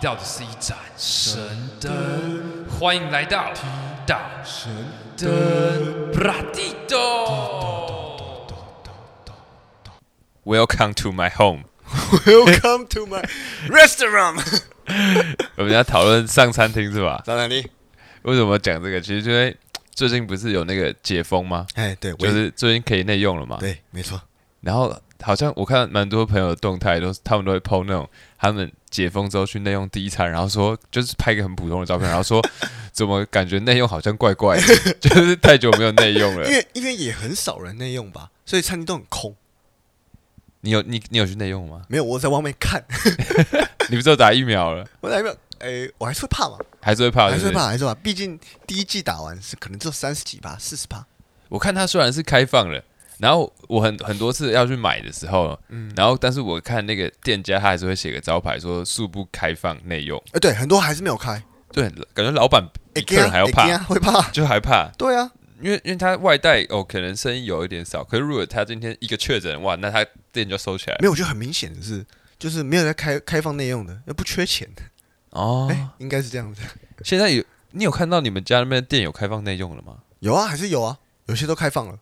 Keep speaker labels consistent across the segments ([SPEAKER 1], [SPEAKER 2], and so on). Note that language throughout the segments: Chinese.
[SPEAKER 1] 到的是一盏神灯，欢迎来到提到神灯布拉蒂多。
[SPEAKER 2] Welcome to my home。
[SPEAKER 3] Welcome to my restaurant
[SPEAKER 2] 我们要讨论上餐厅是吧？
[SPEAKER 3] 张兰丽，
[SPEAKER 2] 为什么讲这个？其实就为最近不是有那个解封吗？
[SPEAKER 3] 哎，对，
[SPEAKER 2] 就
[SPEAKER 3] 我也
[SPEAKER 2] 是最近可以内用了嘛。
[SPEAKER 3] 对，没错，
[SPEAKER 2] 然后好像我看蛮多朋友的动态都，他们都会 PO 那种他们解封之后去内用第一餐，然后说就是拍一个很普通的照片，然后说怎么感觉内用好像怪怪的，就是太久没有内用了
[SPEAKER 3] 因。为因为也很少人内用吧，所以餐厅都很空。
[SPEAKER 2] 你有你你有去内用吗？
[SPEAKER 3] 没有，我在外面看，
[SPEAKER 2] 你不是有打疫苗了，
[SPEAKER 3] 我在外面，哎，我还是会怕嘛，
[SPEAKER 2] 还是会怕？
[SPEAKER 3] 还是
[SPEAKER 2] 啊对
[SPEAKER 3] 会
[SPEAKER 2] 不对
[SPEAKER 3] 怕，还是会怕。毕竟第一季打完是可能只有三十几吧，四十趴。
[SPEAKER 2] 我看它虽然是开放了，然后我很很多次要去买的时候，
[SPEAKER 3] 嗯
[SPEAKER 2] 然后但是我看那个店家他还是会写个招牌说速不开放内用，
[SPEAKER 3] 哎，对，很多还是没有开，
[SPEAKER 2] 对，感觉老板比
[SPEAKER 3] 哎，
[SPEAKER 2] 客人还要
[SPEAKER 3] 怕，哎
[SPEAKER 2] 怕，
[SPEAKER 3] 会怕，
[SPEAKER 2] 就还怕，
[SPEAKER 3] 对啊，
[SPEAKER 2] 因为因为他外带哦，可能生意有一点少，可是如果他今天一个确诊，哇，那他店就收起来
[SPEAKER 3] 没有，我觉得很明显的是，就是没有在开开放内用的，又不缺钱，
[SPEAKER 2] 哦
[SPEAKER 3] 哎，应该是这样子。
[SPEAKER 2] 现在有你有看到你们家那边的店有开放内用了吗？
[SPEAKER 3] 有啊，还是有啊，有些都开放了。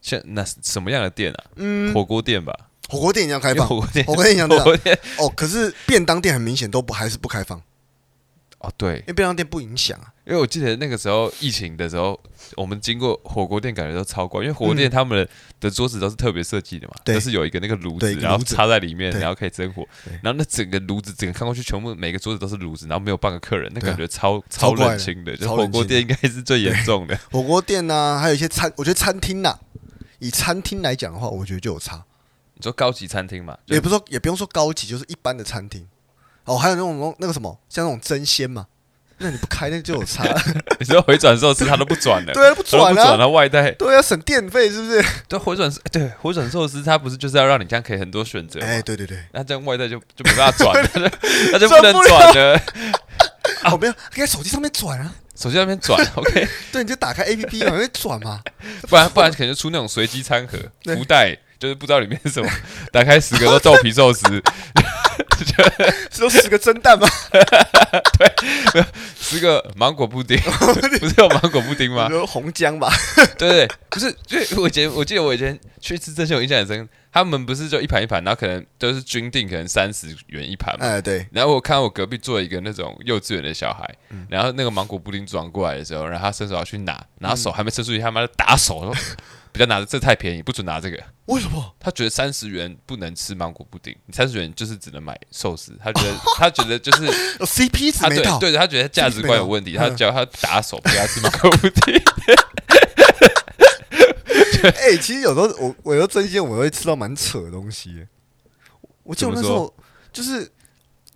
[SPEAKER 2] 现那是什么样的店啊？
[SPEAKER 3] 嗯，
[SPEAKER 2] 火锅店吧，
[SPEAKER 3] 火锅店一样开
[SPEAKER 2] 因为
[SPEAKER 3] 放，
[SPEAKER 2] 火锅店，
[SPEAKER 3] 火锅店 一样这
[SPEAKER 2] 火锅
[SPEAKER 3] 样
[SPEAKER 2] 店
[SPEAKER 3] 哦，可是便当店很明显都不还是不开放，
[SPEAKER 2] 哦，对
[SPEAKER 3] 因，为便当店不影响啊。
[SPEAKER 2] 因为我记得那个时候疫情的时候，我们经过火锅店，感觉都超怪，因为火锅店他们的,、桌子都是特别设计的嘛，
[SPEAKER 3] 嗯对
[SPEAKER 2] 都是有一个那个炉
[SPEAKER 3] 对
[SPEAKER 2] 子，
[SPEAKER 3] 一个
[SPEAKER 2] 然后
[SPEAKER 3] 炉子
[SPEAKER 2] 插在里面，
[SPEAKER 3] 对
[SPEAKER 2] 然后可以生火
[SPEAKER 3] 对，
[SPEAKER 2] 然后那整个炉子整个看过去，全部每个桌子都是炉子，然后没有半个客人，那
[SPEAKER 3] 对啊
[SPEAKER 2] 感觉超、
[SPEAKER 3] 超
[SPEAKER 2] 超
[SPEAKER 3] 怪
[SPEAKER 2] 冷
[SPEAKER 3] 的
[SPEAKER 2] 清的，就
[SPEAKER 3] 超
[SPEAKER 2] 火
[SPEAKER 3] 冷
[SPEAKER 2] 锅
[SPEAKER 3] 清
[SPEAKER 2] 店应该是最严重的。
[SPEAKER 3] 火锅店呐、还有一些餐，我觉得餐厅呐、啊以餐厅来讲的话，我觉得就有差，
[SPEAKER 2] 你说高级餐厅嘛，就
[SPEAKER 3] 也不是说也不用说高级，就是一般的餐厅。哦，还有那种那个什么，像那种真鲜嘛，那你不开那就有 差。
[SPEAKER 2] 你说回转寿司他都不转 了，
[SPEAKER 3] 对啊不
[SPEAKER 2] 他都
[SPEAKER 3] 转
[SPEAKER 2] 不
[SPEAKER 3] 啊
[SPEAKER 2] 转，他外带。
[SPEAKER 3] 对啊，省电费是不是？
[SPEAKER 2] 对回转寿对回转寿司，他不是就是要让你这样可以很多选择吗？
[SPEAKER 3] 哎、对对对，
[SPEAKER 2] 那这样外带就就没办法转了，那就那 就不
[SPEAKER 3] 转
[SPEAKER 2] 能
[SPEAKER 3] 不
[SPEAKER 2] 转了。
[SPEAKER 3] 哦没有，可以在手机上面转啊。
[SPEAKER 2] 手机那边转，OK，
[SPEAKER 3] 对，你就打开 A P P 往那边转 嘛。
[SPEAKER 2] 不然不然可能就出那种随机餐盒
[SPEAKER 3] 对
[SPEAKER 2] 福袋，就是不知道里面是什么，打开十个都豆皮寿司，
[SPEAKER 3] 只有十个蒸蛋嘛，
[SPEAKER 2] 十个芒果布丁，不 是有芒果布丁吗
[SPEAKER 3] 比？如 红姜吧。
[SPEAKER 2] 对对，对不是，就是我以前我记得我以前去吃这些，我印象很深，他们不是就一盘一盘，然后可能都是均定，可能三十元一盘嘛。
[SPEAKER 3] 哎、对，
[SPEAKER 2] 然后我看我隔壁坐一个那种幼稚园的小孩，然后那个芒果布丁转过来的时候，然后他伸手要去拿，然后手还没伸出去，他妈的打手，说 不要拿这太便宜，不准拿这个。
[SPEAKER 3] 为什么？
[SPEAKER 2] 他觉得三十元不能吃芒果布丁，三十元就是只能买寿司。他 觉得他觉得就是
[SPEAKER 3] 有哦 C P 值
[SPEAKER 2] 他啊
[SPEAKER 3] 没
[SPEAKER 2] 对
[SPEAKER 3] 到？
[SPEAKER 2] 对他觉得价值观有问题，
[SPEAKER 3] 这个
[SPEAKER 2] 他
[SPEAKER 3] 没有
[SPEAKER 2] 叫他打手不要吃芒果布丁。
[SPEAKER 3] 哎、其实有时候我我要真心，我会吃到蛮扯的东西耶。我记得我那时
[SPEAKER 2] 怎么
[SPEAKER 3] 候就是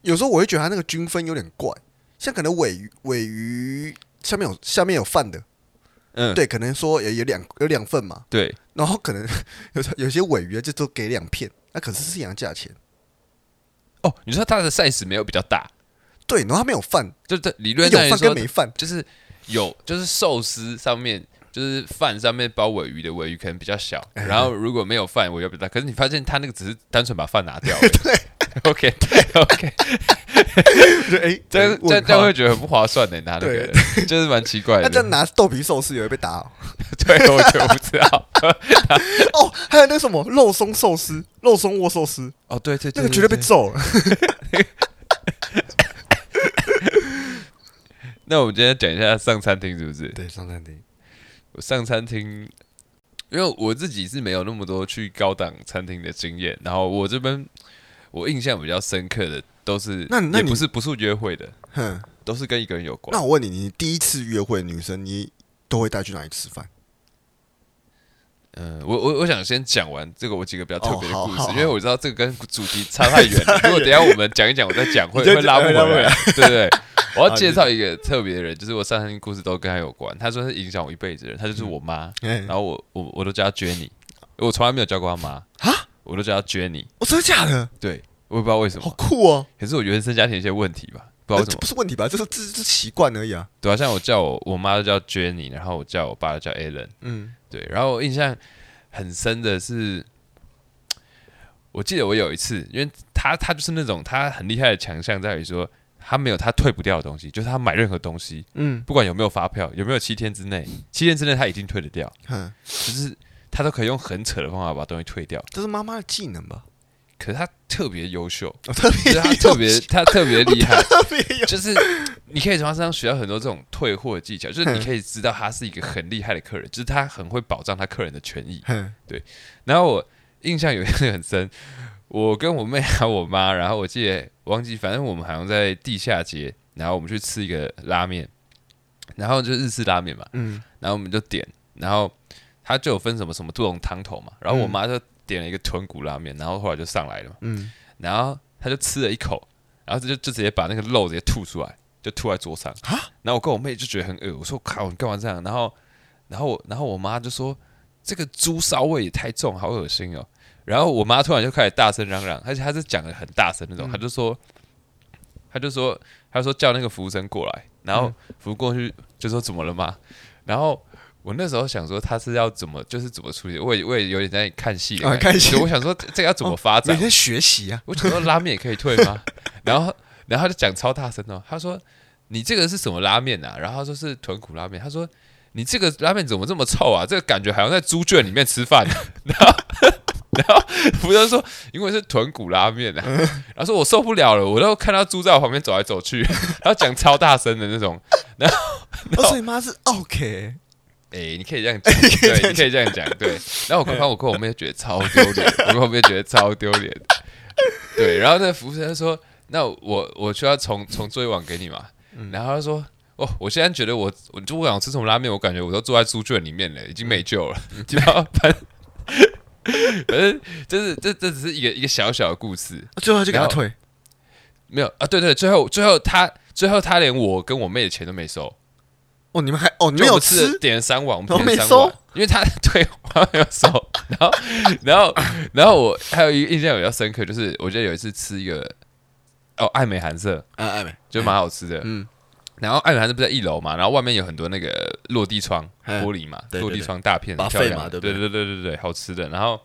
[SPEAKER 3] 有时候我会觉得它那个均分有点怪，像可能尾鱼尾鱼下面有下面有饭的，
[SPEAKER 2] 嗯，
[SPEAKER 3] 对，可能说有有两有两份嘛，
[SPEAKER 2] 对，
[SPEAKER 3] 然后可能有时候有些尾鱼啊就都给两片，那、可是是一样价钱，
[SPEAKER 2] 哦，你说他的 size 没有比较大，
[SPEAKER 3] 对，然后它没有饭，
[SPEAKER 2] 就这理论上
[SPEAKER 3] 有
[SPEAKER 2] 来
[SPEAKER 3] 饭
[SPEAKER 2] 说
[SPEAKER 3] 跟没饭，
[SPEAKER 2] 就是有，就是寿司上面就是饭上面包尾鱼的尾鱼可能比较小，
[SPEAKER 3] 嗯
[SPEAKER 2] 然后如果没有饭尾鱼比较大，可是你发现他那个只是单纯把饭拿掉而 已，对，OK OK，
[SPEAKER 3] 对，哎、
[SPEAKER 2] 这样这样这样会觉得很不划算的，欸拿那个就是蛮奇怪
[SPEAKER 3] 那这样
[SPEAKER 2] 的，
[SPEAKER 3] 拿豆皮寿司也会被打哦。
[SPEAKER 2] 对，我就不知 道，
[SPEAKER 3] 哦，还有那什么肉松寿司、肉松握寿司，
[SPEAKER 2] 哦，对对，
[SPEAKER 3] 那个绝对被揍了。
[SPEAKER 2] 那我们今天讲一下上餐厅是不是？
[SPEAKER 3] 对，上餐厅。
[SPEAKER 2] 我上餐厅，因为我自己是没有那么多去高档餐厅的经验，然后我这边我印象比较深刻的都是，
[SPEAKER 3] 那那
[SPEAKER 2] 也
[SPEAKER 3] 你
[SPEAKER 2] 不是不是约会的，
[SPEAKER 3] 哼，
[SPEAKER 2] 都是跟一个人有关
[SPEAKER 3] 那。我问你，你第一次约会的女生，你都会带去哪里吃饭？
[SPEAKER 2] 嗯，我我我想先讲完这个我几个比较特别的
[SPEAKER 3] 哦好
[SPEAKER 2] 故事，
[SPEAKER 3] 好好
[SPEAKER 2] 因为我知道这个跟主题差太远 了。如果等一下我们讲一讲，我再讲会
[SPEAKER 3] 你就
[SPEAKER 2] 会拉不回
[SPEAKER 3] 拉不回
[SPEAKER 2] 来
[SPEAKER 3] 来。
[SPEAKER 2] 对对， 我要
[SPEAKER 3] 好
[SPEAKER 2] 介绍一个特别的人，就是我上次故事都跟他有关。他说是影响我一辈子的人，他就是我妈。
[SPEAKER 3] 哎
[SPEAKER 2] 然，后我我我都叫他 Jenny，我从来没有叫过他妈
[SPEAKER 3] 啊，
[SPEAKER 2] 我都叫他 Jenny。
[SPEAKER 3] 我哦真的假的？
[SPEAKER 2] 对，我也不知道为什
[SPEAKER 3] 好
[SPEAKER 2] 么，
[SPEAKER 3] 酷哦！
[SPEAKER 2] 可是我原生家庭有些问题吧，不知道
[SPEAKER 3] 呃
[SPEAKER 2] 为
[SPEAKER 3] 这
[SPEAKER 2] 什
[SPEAKER 3] 不
[SPEAKER 2] 么。
[SPEAKER 3] 是问题吧？这是这这习惯而已啊。
[SPEAKER 2] 对啊，像我叫我我妈都叫 Jenny，然后我叫我爸都叫 Alan。
[SPEAKER 3] 嗯，
[SPEAKER 2] 对，然后我印象很深的是，我记得我有一次，因为他他就是那种他很厉害的强项在于说，他没有他退不掉的东西，就是他买任何东西，
[SPEAKER 3] 嗯
[SPEAKER 2] 不管有没有发票，有没有七天之内，七天之内他一定退得掉，
[SPEAKER 3] 哼，
[SPEAKER 2] 就是他都可以用很扯的方法把东西退掉。
[SPEAKER 3] 这是妈妈的技能吧？
[SPEAKER 2] 可是他特别优 秀，
[SPEAKER 3] 我特
[SPEAKER 2] 就
[SPEAKER 3] 别
[SPEAKER 2] 是他特别他特别厉害，
[SPEAKER 3] 特别有
[SPEAKER 2] 就是你可以从他身上学到很多这种退货的技巧，就是
[SPEAKER 3] 嗯
[SPEAKER 2] 你可以知道他是一个很厉害的客人，就是他很会保障他客人的权益。
[SPEAKER 3] 哼，
[SPEAKER 2] 然后我印象有一次很深，我跟我妹还有我妈，然后我记得忘记，反正我们好像在地下街，然后我们去吃一个拉面，然后就日式拉面嘛，
[SPEAKER 3] 嗯
[SPEAKER 2] 然后我们就点，然后他就有分什么什么不同汤头嘛，然后我妈就点了一个豚骨拉面，然后后来就上来了嘛，
[SPEAKER 3] 嗯，
[SPEAKER 2] 然后她就吃了一口，然后就就直接把那个肉直接吐出来，就吐在桌上。
[SPEAKER 3] 啊
[SPEAKER 2] 然后我跟我妹就觉得很恶，我说靠，你干嘛这样？然后，然后我，然后我妈就说这个猪骚味也太重，好恶心哦。然后我妈突然就开始大声嚷嚷，而且她是讲的很大声那
[SPEAKER 3] 嗯
[SPEAKER 2] 种，她就说，她就说，她说叫那个服务生过来，然
[SPEAKER 3] 嗯
[SPEAKER 2] 后服务过去就说怎么了吗？然后我那时候想说她是要怎么，就是怎么处理，我也我也有点在看戏的
[SPEAKER 3] 啊
[SPEAKER 2] 感觉
[SPEAKER 3] 看戏
[SPEAKER 2] 就我想说这这个要怎么发展
[SPEAKER 3] 每？天学习啊，
[SPEAKER 2] 我想说拉面也可以退吗？ 然后，然后他就讲超大声哦，他说你这个是什么拉面啊？然后他说是豚骨拉面，他说你这个拉面怎么这么臭啊？这个感觉好像在猪圈里面吃饭。啊 然后，然后服务生说因为是豚骨拉面啊，然后说我受不了了，我都看到猪在我旁边走来走去，然后讲超大声的那种。
[SPEAKER 3] 哦，所以妈是 OK，
[SPEAKER 2] 诶，你可以这样讲， 对，你可以这样讲，对。然后我跟我跟我妹觉得超丢脸，我跟我妹觉得超丢脸，对。然后那个服务生就说：“那我我需要重重做一碗给你嘛？”然后他说：“哦，我现在觉得我我就不想吃什么拉面，我感觉我都坐在猪圈里面了，已经没救了。然后反正反正这是这这只是一个一个小小的故事，
[SPEAKER 3] 啊最后就给他
[SPEAKER 2] 然后
[SPEAKER 3] 退，
[SPEAKER 2] 没有啊？对对，最后最后他最后他连我跟我妹的钱都没收，
[SPEAKER 3] 哦，你们还哦，你
[SPEAKER 2] 就
[SPEAKER 3] 们
[SPEAKER 2] 我
[SPEAKER 3] 有
[SPEAKER 2] 们吃了
[SPEAKER 3] 吃，
[SPEAKER 2] 点了三碗，我们
[SPEAKER 3] 然后
[SPEAKER 2] 点了
[SPEAKER 3] 没
[SPEAKER 2] 三碗
[SPEAKER 3] 收，
[SPEAKER 2] 因为他对我没有收。然后，然后，然后我还有一个印象比较深刻，就是我记得有一次吃一个哦爱美韩舍，
[SPEAKER 3] 哎哎没，
[SPEAKER 2] 就蛮好吃的。
[SPEAKER 3] 嗯，
[SPEAKER 2] 然后爱美韩舍不是在一楼嘛，然后外面有很多那个落地窗
[SPEAKER 3] 嗯
[SPEAKER 2] 玻璃嘛，
[SPEAKER 3] 对对
[SPEAKER 2] 落地窗大片，
[SPEAKER 3] Buffet
[SPEAKER 2] 漂亮
[SPEAKER 3] 嘛
[SPEAKER 2] 的
[SPEAKER 3] 对不
[SPEAKER 2] 对
[SPEAKER 3] 对
[SPEAKER 2] 对对对对，好吃的。然后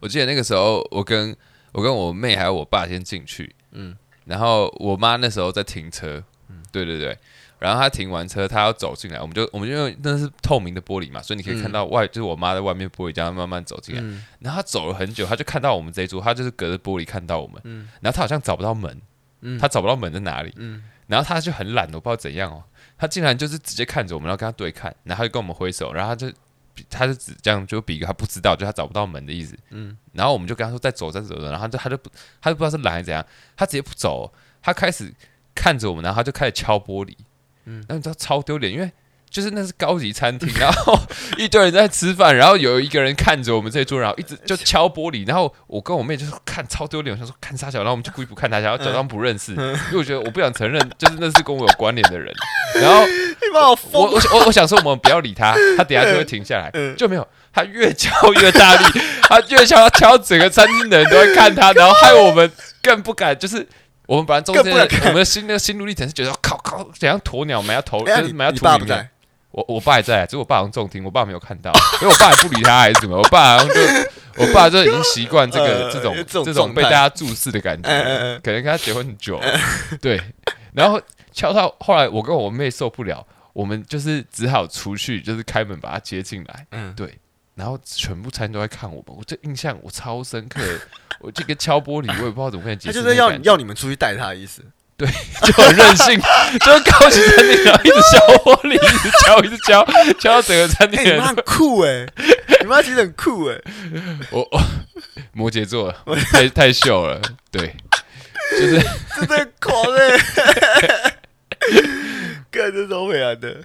[SPEAKER 2] 我记得那个时候，我跟我跟我妹还有我爸先进去，
[SPEAKER 3] 嗯
[SPEAKER 2] 嗯，然后我妈那时候在停车，嗯，对对对。然后她停完车，她要走进来，我们就我们就因为那是透明的玻璃嘛，所以你可以看到外，就是我妈在外面玻璃这样慢慢走进来。
[SPEAKER 3] 嗯
[SPEAKER 2] 然后她走了很久，她就看到我们这一桌，她就是隔着玻璃看到我们，
[SPEAKER 3] 嗯
[SPEAKER 2] 然后她好像找不到门，
[SPEAKER 3] 嗯
[SPEAKER 2] 她找不到门在哪里，
[SPEAKER 3] 嗯
[SPEAKER 2] 然后他就很懒，我不知道怎样哦，他竟然就是直接看着我们，然后跟他对看，然后他就跟我们挥手，然后他就他就只这样就比一个他不知道，就他找不到门的意思。
[SPEAKER 3] 嗯
[SPEAKER 2] 然后我们就跟他说再走再走，然后他就他就不他就不知道是懒还是怎样，他直接不走，他开始看着我们，然后他就开始敲玻璃，
[SPEAKER 3] 嗯
[SPEAKER 2] 然后你知道超丢脸，因为。就是那是高级餐厅， 然后一堆人在吃饭，然后有一个人看着我们这一桌，然后一直就敲玻璃，然后我跟我妹就是看超丢脸，我想说看傻小，然后我们就故意不看他，然后假装不认识，
[SPEAKER 3] 嗯
[SPEAKER 2] 因为我觉得我不想承认，就是那是跟我有关联的人，然后
[SPEAKER 3] 你把我
[SPEAKER 2] 我
[SPEAKER 3] 疯嗯
[SPEAKER 2] 我我我想说，我们不要理他，他等下就会停下来，就没有。他越敲越大力， 他越敲，他敲整个餐厅的人都会看他，然后害我们更不敢，就是我们本来中间
[SPEAKER 3] 更不敢
[SPEAKER 2] 的
[SPEAKER 3] 看
[SPEAKER 2] 我们的心那个心路历程是觉得靠靠，怎样鸵鸟我们要投，
[SPEAKER 3] 哎呀
[SPEAKER 2] 就是
[SPEAKER 3] 你
[SPEAKER 2] 我们要
[SPEAKER 3] 你
[SPEAKER 2] 投
[SPEAKER 3] 爸
[SPEAKER 2] 里
[SPEAKER 3] 不
[SPEAKER 2] 面
[SPEAKER 3] 在，
[SPEAKER 2] 我我爸也在，只是我爸好像重听，我爸没有看到，因为我爸也不理他还是什么，我爸好像就我爸就已经习惯这个、
[SPEAKER 3] 呃
[SPEAKER 2] 这种
[SPEAKER 3] 这
[SPEAKER 2] 种
[SPEAKER 3] 种
[SPEAKER 2] 被
[SPEAKER 3] 状态
[SPEAKER 2] 大家注视的感觉，
[SPEAKER 3] 哎哎哎
[SPEAKER 2] 可能跟他结婚很久，对，然后敲到后来，我跟我妹受不了，我们就是只好出去，就是开门把他接进来，
[SPEAKER 3] 嗯，
[SPEAKER 2] 对，然后全部餐都在看我们，我这印象我超深刻，我这个敲玻璃我也不知道怎么跟你解
[SPEAKER 3] 他
[SPEAKER 2] 释
[SPEAKER 3] 就
[SPEAKER 2] 那个
[SPEAKER 3] 是要
[SPEAKER 2] 感觉，
[SPEAKER 3] 要你们出去带他的意 思，
[SPEAKER 2] 就很任性， 就是高级餐厅，然后一直敲玻璃，一直敲，一直敲，敲到整个餐厅
[SPEAKER 3] 哎，
[SPEAKER 2] 的
[SPEAKER 3] 你
[SPEAKER 2] 人
[SPEAKER 3] 妈很酷哎，你妈其实很酷哎，
[SPEAKER 2] 我我摩羯座太太秀了，对，就是
[SPEAKER 3] 真的很狂哎， 干这种伟岸的，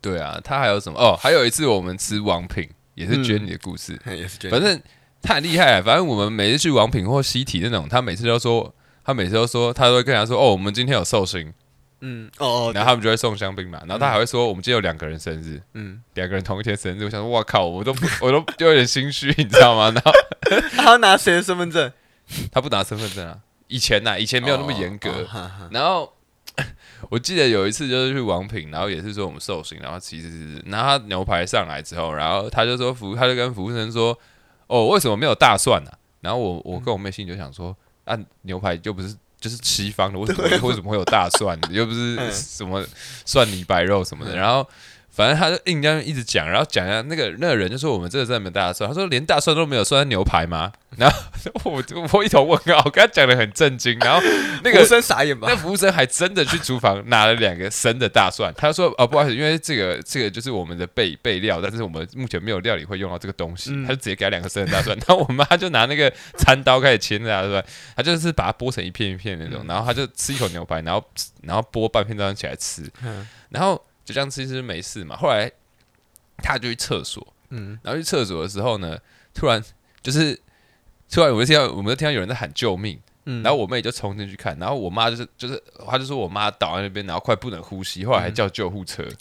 [SPEAKER 2] 对啊，他还有什么？哦，还有一次我们吃王品，也是 Jenny 的故事，
[SPEAKER 3] 哎也是这样，
[SPEAKER 2] 反正他很厉害、啊。反正我们每次去王品或西体那种，他每次都说，他每次都说，他都会跟人家说，哦，我们今天有寿星，
[SPEAKER 3] 嗯哦
[SPEAKER 2] 然
[SPEAKER 3] 哦，
[SPEAKER 2] 后他们就会送香槟嘛，然后他还会说，我们今天有两个人生日，
[SPEAKER 3] 嗯，
[SPEAKER 2] 两个人同一天生日，我想说，哇靠，我都不 我都有点心虚，你知道吗？然后
[SPEAKER 3] 他要拿谁的身份证？
[SPEAKER 2] 他不拿身份证啊，以前呐、以前没有那么严格，
[SPEAKER 3] 哦哦哈哈
[SPEAKER 2] 然后 我记得有一次就是去王品，然后也是说我们寿星，然后其实是然后他牛排上来之后，然后他就说服他就跟服务生说：“哦，为什么没有大蒜呢、啊？”然后我我跟我妹心里就想说：“啊，牛排就不是就是西方的，为什么为什么会有大蒜？又不是
[SPEAKER 3] 嗯
[SPEAKER 2] 什么蒜泥白肉什么的。然后反正他就硬这样一直讲，然后讲一下那个那个人就说我们这个真的没有大蒜，他说连大蒜都没有，算是牛排吗？然后 我我一头问号，我跟他讲的很震惊，然后那个
[SPEAKER 3] 服务生傻眼吧
[SPEAKER 2] 那？服务生还真的去厨房拿了两个生的大蒜，他说：“哦，不好意思，因为这个这个就是我们的备备料，但是我们目前没有料理会用到这个东西。
[SPEAKER 3] 嗯
[SPEAKER 2] 他就直接给他两个生的大蒜，然 后我妈就拿那个餐刀开始切那大蒜，她就是把它剥成一片一片那
[SPEAKER 3] 嗯
[SPEAKER 2] 种，然后她就吃一口牛排，然后然后剥半片大蒜起来吃，
[SPEAKER 3] 嗯
[SPEAKER 2] 然后就这样吃吃没事嘛。后来她就去厕所，
[SPEAKER 3] 嗯，
[SPEAKER 2] 然后去厕所的时候呢，突然就是突然我就听到，我们就听到有人在喊救命，
[SPEAKER 3] 嗯
[SPEAKER 2] 然后我妹就冲进去看，然后我妈就是就是，她就说我妈倒在那边，然后快不能呼吸，后来还叫救护车，
[SPEAKER 3] 嗯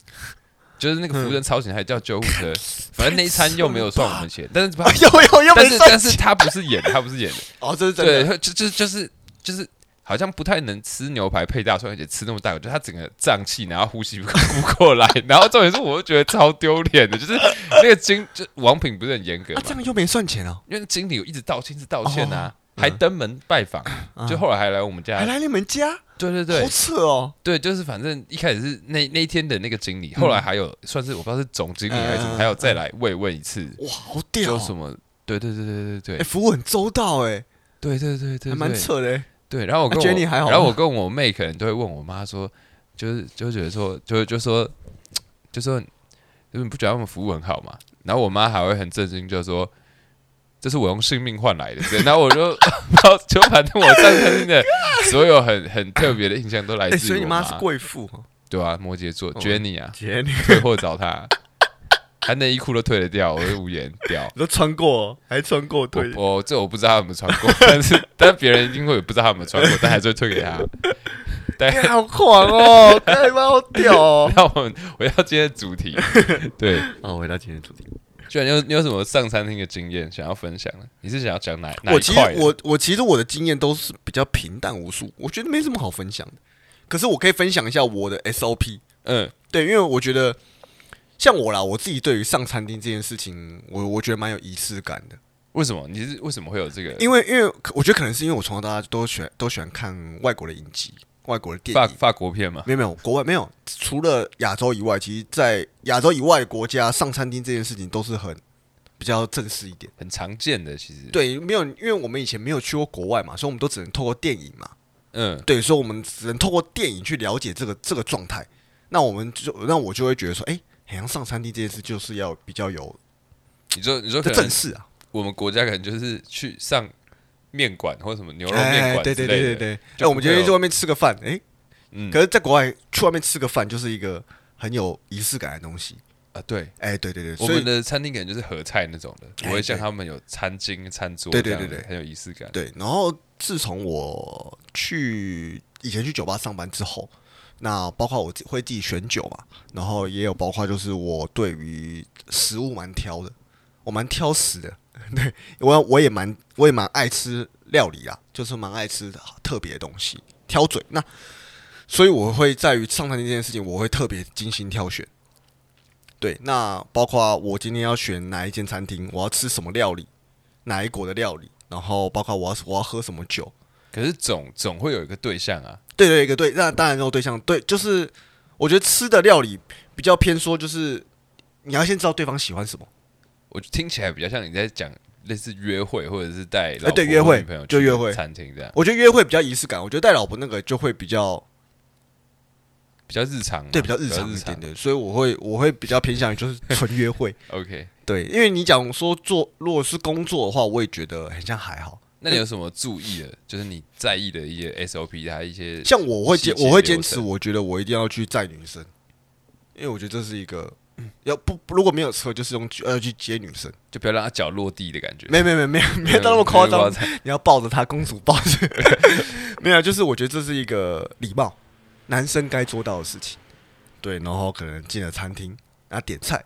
[SPEAKER 2] 就是那个服务生吵醒还叫救护车，反正那一餐又没有算我们钱，但是她
[SPEAKER 3] 又又又
[SPEAKER 2] 但
[SPEAKER 3] 没
[SPEAKER 2] 是
[SPEAKER 3] 算
[SPEAKER 2] 但是她不是演的，她不是演的，
[SPEAKER 3] 哦，这是真
[SPEAKER 2] 对
[SPEAKER 3] 的，，
[SPEAKER 2] 就就就是就是。好像不太能吃牛排配大蒜，而且吃那么大，我觉得她整个胀气，然后呼吸不不过来，然后重点是，我就觉得超丢脸的，就是那个经，就王品不是很严格嘛
[SPEAKER 3] 啊，，这样又没算钱哦，
[SPEAKER 2] 因为经理有一直道歉，一直道歉啊，
[SPEAKER 3] 哦
[SPEAKER 2] 还登门拜访，
[SPEAKER 3] 嗯
[SPEAKER 2] 就后来还来我们家
[SPEAKER 3] 还，来你们家，
[SPEAKER 2] 对对对
[SPEAKER 3] 好，扯哦，
[SPEAKER 2] 对，就是反正一开始是那那一天的那个经理，后来还有算是我不知道是总经理还是什么，
[SPEAKER 3] 嗯
[SPEAKER 2] 还有再来慰问一次，
[SPEAKER 3] 哇，好屌
[SPEAKER 2] 就
[SPEAKER 3] 哦，
[SPEAKER 2] 什么。对对对对对
[SPEAKER 3] 哎，
[SPEAKER 2] 对
[SPEAKER 3] 服务很周到哎，
[SPEAKER 2] 对对对对，
[SPEAKER 3] 还蛮
[SPEAKER 2] 对
[SPEAKER 3] 扯的，欸
[SPEAKER 2] 对，然后我跟我、
[SPEAKER 3] 啊，Jenny 还好吗
[SPEAKER 2] 然后我跟我妹可能都会问我妈说，就是就觉得说，就就说，就说，就是你不觉得他们服务很好吗？然后我妈还会很震惊，就说。这是我用性命换来的，对然后我就， 然后就反正我上身的所有很很特别的印象都来
[SPEAKER 3] 哎，
[SPEAKER 2] 自
[SPEAKER 3] 所以
[SPEAKER 2] 于
[SPEAKER 3] 你
[SPEAKER 2] 我
[SPEAKER 3] 妈是贵妇哦
[SPEAKER 2] 对啊，摩羯座
[SPEAKER 3] 哦
[SPEAKER 2] Jenny 啊，
[SPEAKER 3] ，Jenny
[SPEAKER 2] 退货找他，他内衣裤都退了掉，我就无言掉。
[SPEAKER 3] 都穿过，还穿过
[SPEAKER 2] 我
[SPEAKER 3] 腿，
[SPEAKER 2] 我这我不知道他有没有穿过，但是但别人一定会有不知道他有没有穿过，但还是会退给他。对，
[SPEAKER 3] 哎好狂哦， 哎妈，好屌哦。
[SPEAKER 2] 那我们回到今天的主题，对，
[SPEAKER 3] 哦，回到今天的主 题，
[SPEAKER 2] 居然你有你有什么上餐厅的经验想要分享呢？你是想要讲哪哪
[SPEAKER 3] 我
[SPEAKER 2] 一
[SPEAKER 3] 其实
[SPEAKER 2] 块的？
[SPEAKER 3] 我我其实我的经验都是比较平淡无数，我觉得没什么好分享的。可是我可以分享一下我的 SOP，
[SPEAKER 2] 嗯
[SPEAKER 3] 对，因为我觉得像我啦，我自己对于上餐厅这件事情，我我觉得蛮有仪式感的。
[SPEAKER 2] 为什么你是为什么会有这个
[SPEAKER 3] 因为因为可我觉得可能是因为我从小到大都喜欢都喜欢看外国的影集、外国的电
[SPEAKER 2] 法
[SPEAKER 3] 影。
[SPEAKER 2] 法国片嘛？
[SPEAKER 3] 没有没有，国外没有，除了亚洲以外，其实，在亚洲以外的国家上餐厅这件事情都是很比较正式一点。
[SPEAKER 2] 很常见的其实，，
[SPEAKER 3] 对，没有，因为我们以前没有去过国外嘛，所以我们都只能透过电影嘛。
[SPEAKER 2] 嗯
[SPEAKER 3] 对，所以我们只能透过电影去了解这个这个状态。那我们就那我就会觉得说，哎、好像上餐厅这件事就是要比较有
[SPEAKER 2] 你说你说可
[SPEAKER 3] 这正
[SPEAKER 2] 能
[SPEAKER 3] 式啊，
[SPEAKER 2] 我们国家可能就是去上面馆或者什么牛肉面
[SPEAKER 3] 哎，
[SPEAKER 2] 馆
[SPEAKER 3] 对
[SPEAKER 2] 之
[SPEAKER 3] 对
[SPEAKER 2] 类
[SPEAKER 3] 对
[SPEAKER 2] 的
[SPEAKER 3] 对，对。哎，
[SPEAKER 2] 就
[SPEAKER 3] 我们
[SPEAKER 2] 不
[SPEAKER 3] 今
[SPEAKER 2] 会
[SPEAKER 3] 天
[SPEAKER 2] 有
[SPEAKER 3] 去外面吃个饭，哎、
[SPEAKER 2] 嗯
[SPEAKER 3] 可是在国外去外面吃个饭就是一个很有仪式感的东西。
[SPEAKER 2] 啊对。
[SPEAKER 3] 哎、对对对，
[SPEAKER 2] 我
[SPEAKER 3] 所
[SPEAKER 2] 们
[SPEAKER 3] 以
[SPEAKER 2] 的餐厅可能就是合菜那种的，
[SPEAKER 3] 哎
[SPEAKER 2] 不会像
[SPEAKER 3] 对
[SPEAKER 2] 他们有餐巾、餐桌
[SPEAKER 3] 对
[SPEAKER 2] 这
[SPEAKER 3] 对
[SPEAKER 2] 样
[SPEAKER 3] 对
[SPEAKER 2] 的
[SPEAKER 3] 对
[SPEAKER 2] 很有仪式感。
[SPEAKER 3] 对，然后自从我去以前去酒吧上班之后，那包括我自会自己选酒嘛，然后也有包括就是我对于食物蛮挑的，我蛮挑食的， 对我我也蛮我也蛮爱吃料理啊，就是蛮爱吃特别的东西，挑嘴。那所以我会在于上餐厅这件事情，我会特别精心挑选。对，那包括我今天要选哪一间餐厅，我要吃什么料理，哪一国的料理，然后包括我要我要喝什么酒，
[SPEAKER 2] 可是总总会有一个对象啊，
[SPEAKER 3] 对对一个对，那当然这种对象对，就是我觉得吃的料理比较偏说，就是你要先知道对方喜欢什么，
[SPEAKER 2] 我听起来比较像你在讲类似约会，或者是带老
[SPEAKER 3] 哎对
[SPEAKER 2] 婆
[SPEAKER 3] 约
[SPEAKER 2] 或
[SPEAKER 3] 会
[SPEAKER 2] 女朋友
[SPEAKER 3] 就
[SPEAKER 2] 去
[SPEAKER 3] 约会
[SPEAKER 2] 餐厅这样，
[SPEAKER 3] 我觉得约会比较仪式感，我觉得带老婆那个就会比较
[SPEAKER 2] 比嗯较日常嘛，
[SPEAKER 3] 对比较日常啊
[SPEAKER 2] 常
[SPEAKER 3] 一点的，所以我会我会比较偏向于就是纯约会，
[SPEAKER 2] OK，
[SPEAKER 3] 对，因为你讲说做如果是工作的话，我也觉得很像还好，
[SPEAKER 2] 那你有什么注意的？就是你在意的一些 SOP 还有一些
[SPEAKER 3] 像我会
[SPEAKER 2] 细
[SPEAKER 3] 坚
[SPEAKER 2] 节
[SPEAKER 3] 我会坚
[SPEAKER 2] 流
[SPEAKER 3] 持，
[SPEAKER 2] 程
[SPEAKER 3] 我觉得我一定要去载女生，因为我觉得这是一个。要不不如果没有车，就是用去呃去接女生，
[SPEAKER 2] 就不要让他脚落地的感觉。
[SPEAKER 3] 没没没没没有到那么夸张，
[SPEAKER 2] 张
[SPEAKER 3] 你要抱着她，公主抱着， 没有，啊就是我觉得这是一个礼貌，男生该做到的事情。对，然后可能进了餐厅，然后点菜，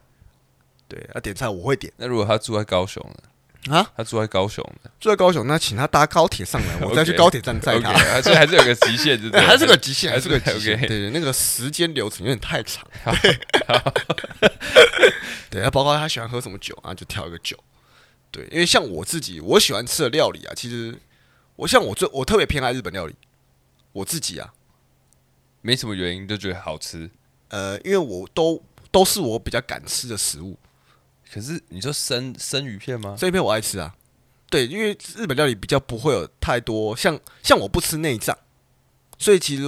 [SPEAKER 3] 对，啊点菜我会点
[SPEAKER 2] 那如果他住在高雄呢？
[SPEAKER 3] 啊。
[SPEAKER 2] 他住在高雄呢
[SPEAKER 3] 住在高雄，那请他搭高铁上来，我再去 高铁站载
[SPEAKER 2] ？OK，
[SPEAKER 3] 他。
[SPEAKER 2] 还是还是有个极限，对不对？
[SPEAKER 3] 还是个极限，还是个极限。
[SPEAKER 2] OK
[SPEAKER 3] 对对，那个时间流程有点太长。对，对，包括他喜欢喝什么酒啊，就挑一个酒。对，因为像我自己，我喜欢吃的料理啊，其实我像我最我特别偏爱日本料理，我自己啊，
[SPEAKER 2] 没什么原因就觉得好吃。
[SPEAKER 3] 呃，因为我都都是我比较敢吃的食物，
[SPEAKER 2] 可是你说生生鱼片吗？
[SPEAKER 3] 这一片我爱吃啊。对，因为日本料理比较不会有太多像像我不吃内脏，所以其实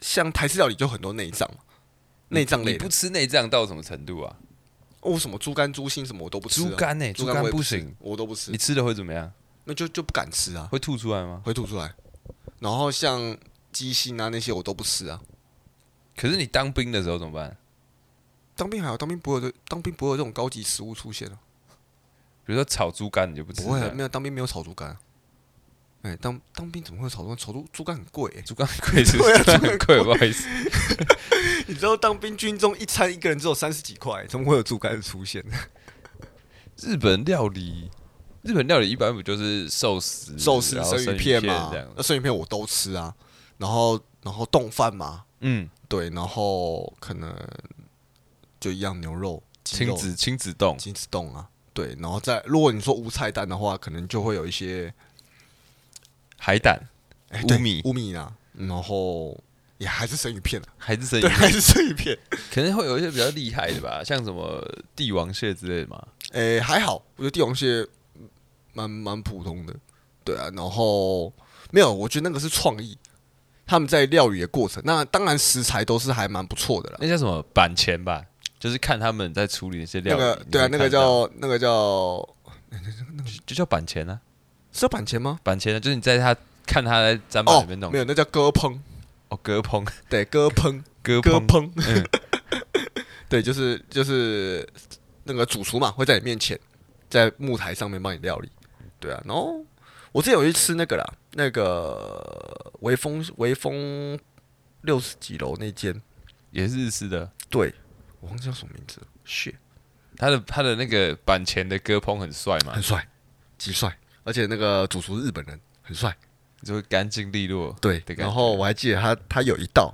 [SPEAKER 3] 像台式料理就很多内脏嘛，内脏
[SPEAKER 2] 你
[SPEAKER 3] 类
[SPEAKER 2] 不
[SPEAKER 3] 的，
[SPEAKER 2] 吃内脏到什么程度啊？
[SPEAKER 3] 哦，什么猪肝、猪心什么我都不吃啊、
[SPEAKER 2] 猪肝呢？
[SPEAKER 3] 猪
[SPEAKER 2] 猪
[SPEAKER 3] 肝
[SPEAKER 2] 肝
[SPEAKER 3] 我也
[SPEAKER 2] 不
[SPEAKER 3] 吃
[SPEAKER 2] 行，
[SPEAKER 3] 我都不吃
[SPEAKER 2] 你，吃了会怎么样？
[SPEAKER 3] 那就就不敢吃啊，
[SPEAKER 2] 会吐出来吗？
[SPEAKER 3] 会吐出来。然后像鸡心啊那些我都不吃啊。
[SPEAKER 2] 可是你当兵的时候怎么办？
[SPEAKER 3] 当兵还好，当兵不会有这当兵不会有这种高级食物出现啊，
[SPEAKER 2] 比如说炒猪肝，你就不吃
[SPEAKER 3] 不会啊，
[SPEAKER 2] 了。
[SPEAKER 3] 没有当兵没有炒猪肝啊、哎、当当兵怎么会有炒猪肝？炒猪猪肝很贵、欸，
[SPEAKER 2] 猪肝很贵 是不是？猪肝很
[SPEAKER 3] 啊
[SPEAKER 2] 贵，不好意思。
[SPEAKER 3] 你知道当兵军中一餐一个人只有三十几块，怎么会有猪肝的出现？
[SPEAKER 2] 日本料理，日本料理一般不就是寿司、
[SPEAKER 3] 寿司
[SPEAKER 2] 然、后
[SPEAKER 3] 生
[SPEAKER 2] 生
[SPEAKER 3] 鱼片嘛
[SPEAKER 2] 这样，
[SPEAKER 3] 那？生鱼片我都吃啊，然后然后冻饭嘛，
[SPEAKER 2] 嗯，
[SPEAKER 3] 对，然后可能就一样牛肉、鸡
[SPEAKER 2] 亲
[SPEAKER 3] 肉、
[SPEAKER 2] 子亲子冻，
[SPEAKER 3] 亲子冻啊，对，然后再如果你说无菜单的话，可能就会有一些
[SPEAKER 2] 海胆、
[SPEAKER 3] 哎对
[SPEAKER 2] 乌米，
[SPEAKER 3] 乌米啊，然后也还是生鱼片啊，
[SPEAKER 2] 还是生鱼
[SPEAKER 3] 对，
[SPEAKER 2] 片，
[SPEAKER 3] 还是生鱼片，
[SPEAKER 2] 可能会有一些比较厉害的吧，像什么帝王蟹之类的嘛。
[SPEAKER 3] 诶、还好，我觉得帝王蟹嗯蛮蛮普通的，对啊，然后没有，我觉得那个是创意，他们在料理的过程，那当然食材都是还蛮不错的啦。
[SPEAKER 2] 那叫什么板前吧，就是看他们在处理那些料
[SPEAKER 3] 那
[SPEAKER 2] 理。
[SPEAKER 3] 个对啊，
[SPEAKER 2] 你
[SPEAKER 3] 那
[SPEAKER 2] 会
[SPEAKER 3] 个
[SPEAKER 2] 看到
[SPEAKER 3] 叫那个叫
[SPEAKER 2] 就就叫板前啊，
[SPEAKER 3] 是叫板前吗？
[SPEAKER 2] 板前啊就是你在他看他在砧板
[SPEAKER 3] 哦
[SPEAKER 2] 里，面弄
[SPEAKER 3] 没有，那叫割烹，
[SPEAKER 2] 哦，割烹
[SPEAKER 3] 对，割烹，
[SPEAKER 2] 割
[SPEAKER 3] 割
[SPEAKER 2] 烹，
[SPEAKER 3] 烹，嗯对，就是就是那个主厨嘛，会在你面前，在木台上面帮你料理，对啊，然后我之前有去吃那个啦，那个微风微风六十几楼那间，
[SPEAKER 2] 也是日式的。
[SPEAKER 3] 对我忘记叫什么名字了，shit，
[SPEAKER 2] 他的他的那个板前的割烹很帅嘛
[SPEAKER 3] 很，帅，极帅，而且那个主厨是日本人，很帅。
[SPEAKER 2] 就会干净利落。
[SPEAKER 3] 对
[SPEAKER 2] 的，感
[SPEAKER 3] 然后我还记得他他有一道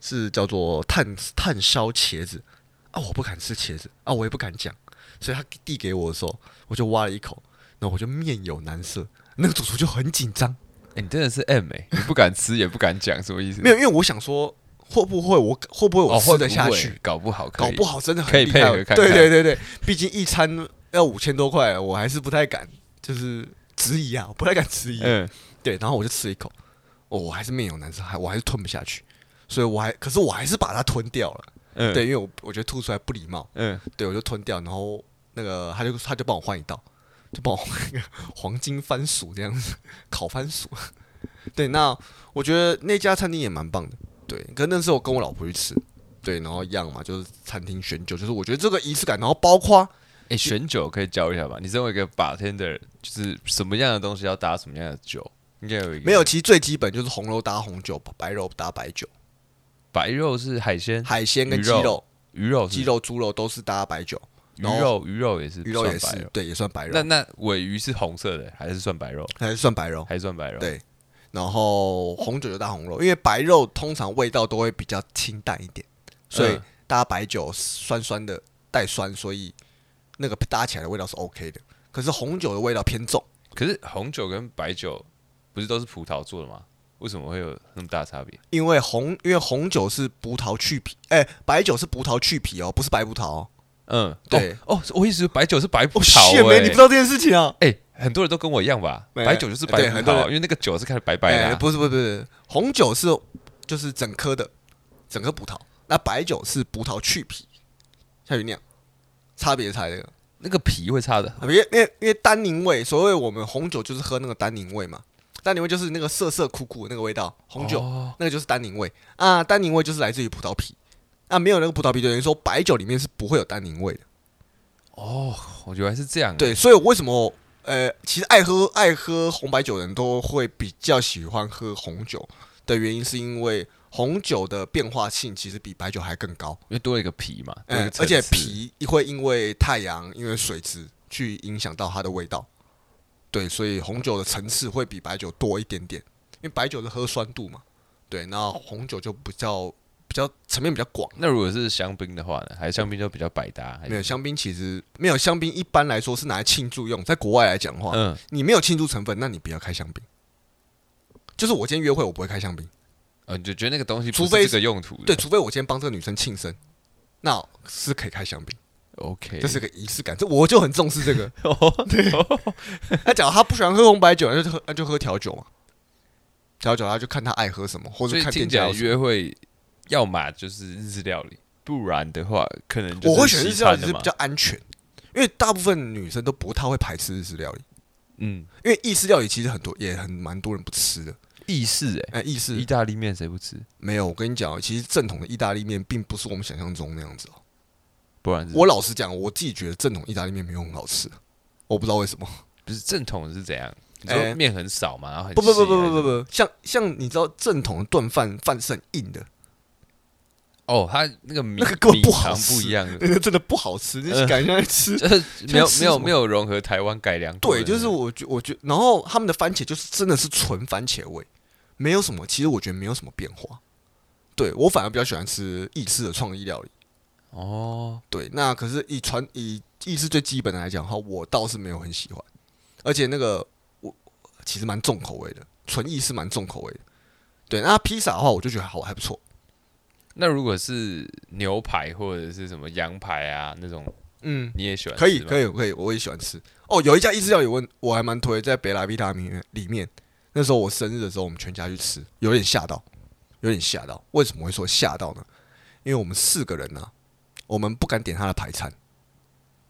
[SPEAKER 3] 是叫做炭炭烧茄子啊，我不敢吃茄子啊，我也不敢讲，所以他递给我的时候，我就挖了一口，然后我就面有难色。那个主厨就很紧张，
[SPEAKER 2] 欸你真的是 M 哎、你不敢吃也不敢讲，什么意思？
[SPEAKER 3] 没有，因为我想说会不会我会不会我
[SPEAKER 2] 哦，
[SPEAKER 3] 吃
[SPEAKER 2] 混
[SPEAKER 3] 得下去，，
[SPEAKER 2] 搞不好可
[SPEAKER 3] 搞
[SPEAKER 2] 以
[SPEAKER 3] 不好真的很
[SPEAKER 2] 可以
[SPEAKER 3] 厉
[SPEAKER 2] 配
[SPEAKER 3] 害
[SPEAKER 2] 合看
[SPEAKER 3] 对
[SPEAKER 2] 看
[SPEAKER 3] 对对对，毕竟一餐要五千多块，我还是不太敢，就是质疑啊，我不太敢质疑。
[SPEAKER 2] 嗯，
[SPEAKER 3] 对，然后我就吃一口，哦，我还是面有难色，还我还是吞不下去，所以我还，可是我还是把它吞掉了。
[SPEAKER 2] 嗯
[SPEAKER 3] 对，因为我我觉得吐出来不礼貌，
[SPEAKER 2] 嗯，
[SPEAKER 3] 对我就吞掉，然后那个他就他就帮我换一道，就帮我换一个 黄金番薯这样子，烤番薯。 对，那我觉得那家餐厅也蛮棒的，对，可是那时候我跟我老婆去吃。对，然后一样嘛，就是餐厅选酒，就是我觉得这个仪式感，然后包括
[SPEAKER 2] 哎、选酒可以教一下吧？你身为一个 bartender，就是什么样的东西要搭什么样的酒，应该有一个
[SPEAKER 3] 没有，其实最基本就是红肉搭红酒，白肉搭白酒，
[SPEAKER 2] 白肉是海鲜，
[SPEAKER 3] 海鲜跟
[SPEAKER 2] 鱼
[SPEAKER 3] 鸡
[SPEAKER 2] 肉
[SPEAKER 3] 肉、
[SPEAKER 2] 鱼肉是
[SPEAKER 3] 鸡肉、猪肉都是搭白酒，
[SPEAKER 2] 鱼
[SPEAKER 3] 然后
[SPEAKER 2] 肉鱼肉也是
[SPEAKER 3] 鱼肉也
[SPEAKER 2] 算白
[SPEAKER 3] 是，对，也算白
[SPEAKER 2] 那
[SPEAKER 3] 肉，
[SPEAKER 2] 那尾鱼是红色的，还是算白肉？
[SPEAKER 3] 还是算白肉。
[SPEAKER 2] 还是算白肉？
[SPEAKER 3] 对然后红酒就搭红肉，因为白肉通常味道都会比较清淡一点，所以
[SPEAKER 2] 嗯
[SPEAKER 3] 搭白酒酸酸的带酸，所以那个搭起来的味道是 OK 的。可是红酒的味道偏重，
[SPEAKER 2] 可是红酒跟白酒不是都是葡萄做的吗？为什么会有那么大差别？
[SPEAKER 3] 因为红因为红酒是葡萄去皮，哎、白酒是葡萄去皮哦，不是白葡萄哦。
[SPEAKER 2] 嗯，
[SPEAKER 3] 对
[SPEAKER 2] 哦，哦我一直以为白酒是白葡
[SPEAKER 3] 哦，
[SPEAKER 2] 萄、
[SPEAKER 3] 谢梅，
[SPEAKER 2] 欸
[SPEAKER 3] 你不知道这件事情啊？
[SPEAKER 2] 哎、很多人都跟我一样吧，
[SPEAKER 3] 没
[SPEAKER 2] 白酒就是白
[SPEAKER 3] 对
[SPEAKER 2] 葡
[SPEAKER 3] 很多
[SPEAKER 2] 萄
[SPEAKER 3] 人
[SPEAKER 2] 啊，因为那个酒是看着白白的、
[SPEAKER 3] 哎
[SPEAKER 2] 啊。
[SPEAKER 3] 不是不是不是，红酒是就是整颗的，整颗葡萄，那白酒是葡萄去皮，下去酿，差别才这个。
[SPEAKER 2] 那个皮会差的。
[SPEAKER 3] 啊因为因为因为单宁味，所谓我们红酒就是喝那个单宁味嘛，单宁味就是那个涩涩苦苦的那个味道，红酒、
[SPEAKER 2] 哦
[SPEAKER 3] 那个就是单宁味啊，单宁味就是来自于葡萄皮，啊，没有那个葡萄皮，就等于说白酒里面是不会有单宁味的。
[SPEAKER 2] 哦，我原来是这样。，
[SPEAKER 3] 对，所以为什么呃，其实爱喝爱喝红白酒的人都会比较喜欢喝红酒的原因，是因为红酒的变化性其实比白酒还更高，
[SPEAKER 2] 因为多了一个皮嘛，多了一
[SPEAKER 3] 嗯
[SPEAKER 2] 个，层
[SPEAKER 3] 而且
[SPEAKER 2] 次
[SPEAKER 3] 皮会因为太阳、因为水质去影响到它的味道。对，所以红酒的层次会比白酒多一点点，因为白酒是喝酸度嘛。对，那红酒就比较比较层面比较广。
[SPEAKER 2] 那如果是香槟的话呢？还是香槟就比较百搭？还是嗯
[SPEAKER 3] 没有香槟，其实没有香槟，一般来说是拿来庆祝用。在国外来讲的话，
[SPEAKER 2] 嗯，
[SPEAKER 3] 你没有庆祝成分，那你不要开香槟。就是我今天约会，我不会开香槟，
[SPEAKER 2] 呃，你就觉得那个东西
[SPEAKER 3] 除
[SPEAKER 2] 不是
[SPEAKER 3] 非
[SPEAKER 2] 这个用途的，
[SPEAKER 3] 对，除非我今天帮这个女生庆生，那是可以开香槟，
[SPEAKER 2] ，OK，
[SPEAKER 3] 这是 个仪式感，这我就很重视这个。
[SPEAKER 2] 哦，对，
[SPEAKER 3] 那假如她不喜欢喝红白酒，那就喝那就喝调酒嘛，调酒她就看她爱喝什么，或
[SPEAKER 2] 所
[SPEAKER 3] 者
[SPEAKER 2] 以
[SPEAKER 3] 看
[SPEAKER 2] 听
[SPEAKER 3] 店
[SPEAKER 2] 起
[SPEAKER 3] 家
[SPEAKER 2] 来
[SPEAKER 3] 有什么
[SPEAKER 2] 约会，要么就是日式料理，不然的话可能就是
[SPEAKER 3] 我会选日
[SPEAKER 2] 西
[SPEAKER 3] 式
[SPEAKER 2] 餐
[SPEAKER 3] 料理
[SPEAKER 2] 的
[SPEAKER 3] 是
[SPEAKER 2] 嘛
[SPEAKER 3] 比较安全，因为大部分女生都不太会排斥日式料理，
[SPEAKER 2] 嗯
[SPEAKER 3] 因为意式料理其实很多也很蛮多人不吃的。
[SPEAKER 2] 意式哎、
[SPEAKER 3] 哎、意式
[SPEAKER 2] 意大利面谁不吃？
[SPEAKER 3] 没有，我跟你讲，其实正统的意大利面并不是我们想象中那样子哦。
[SPEAKER 2] 不然是
[SPEAKER 3] 我老实讲，我自己觉得正统意大利面没有很好吃，我不知道为什么。
[SPEAKER 2] 不是正统是怎样？你
[SPEAKER 3] 哎
[SPEAKER 2] 说面很少嘛，然后很
[SPEAKER 3] 不不不
[SPEAKER 2] 细
[SPEAKER 3] 不
[SPEAKER 2] 还是
[SPEAKER 3] 不不不，像像你知道正统的炖饭饭是很硬的，
[SPEAKER 2] 哦，它那个米
[SPEAKER 3] 那个根本
[SPEAKER 2] 米
[SPEAKER 3] 不好
[SPEAKER 2] 糖
[SPEAKER 3] 吃
[SPEAKER 2] 不一样 的，
[SPEAKER 3] 那个真的不好吃， 就是感觉在吃。
[SPEAKER 2] 就是没有
[SPEAKER 3] 像吃
[SPEAKER 2] 没有
[SPEAKER 3] 什么
[SPEAKER 2] 没有融合台湾改良过的
[SPEAKER 3] 对，
[SPEAKER 2] 那
[SPEAKER 3] 就是
[SPEAKER 2] 种
[SPEAKER 3] 我觉我觉，然后他们的番茄就是真的是纯番茄味，没有什么，其实我觉得没有什么变化。对我反而比较喜欢吃意式的创意料理。
[SPEAKER 2] 哦，
[SPEAKER 3] 对，那可是以传以意式最基本的来讲的话，我倒是没有很喜欢，而且那个我其实蛮重口味的，纯意式蛮重口味的。对，那披萨的话，我就觉得好还不错。
[SPEAKER 2] 那如果是牛排或者是什么羊排啊那种，
[SPEAKER 3] 嗯，
[SPEAKER 2] 你也喜欢
[SPEAKER 3] 可以，
[SPEAKER 2] 吃吗
[SPEAKER 3] 可以，可以，我也喜欢吃。哦，有一家意式料理我很我还蛮推，在北拉比塔米里面。那时候我生日的时候，我们全家去吃，有点吓到，有点吓到。为什么会说吓到呢？因为我们四个人呢、啊我们不敢点他的排餐，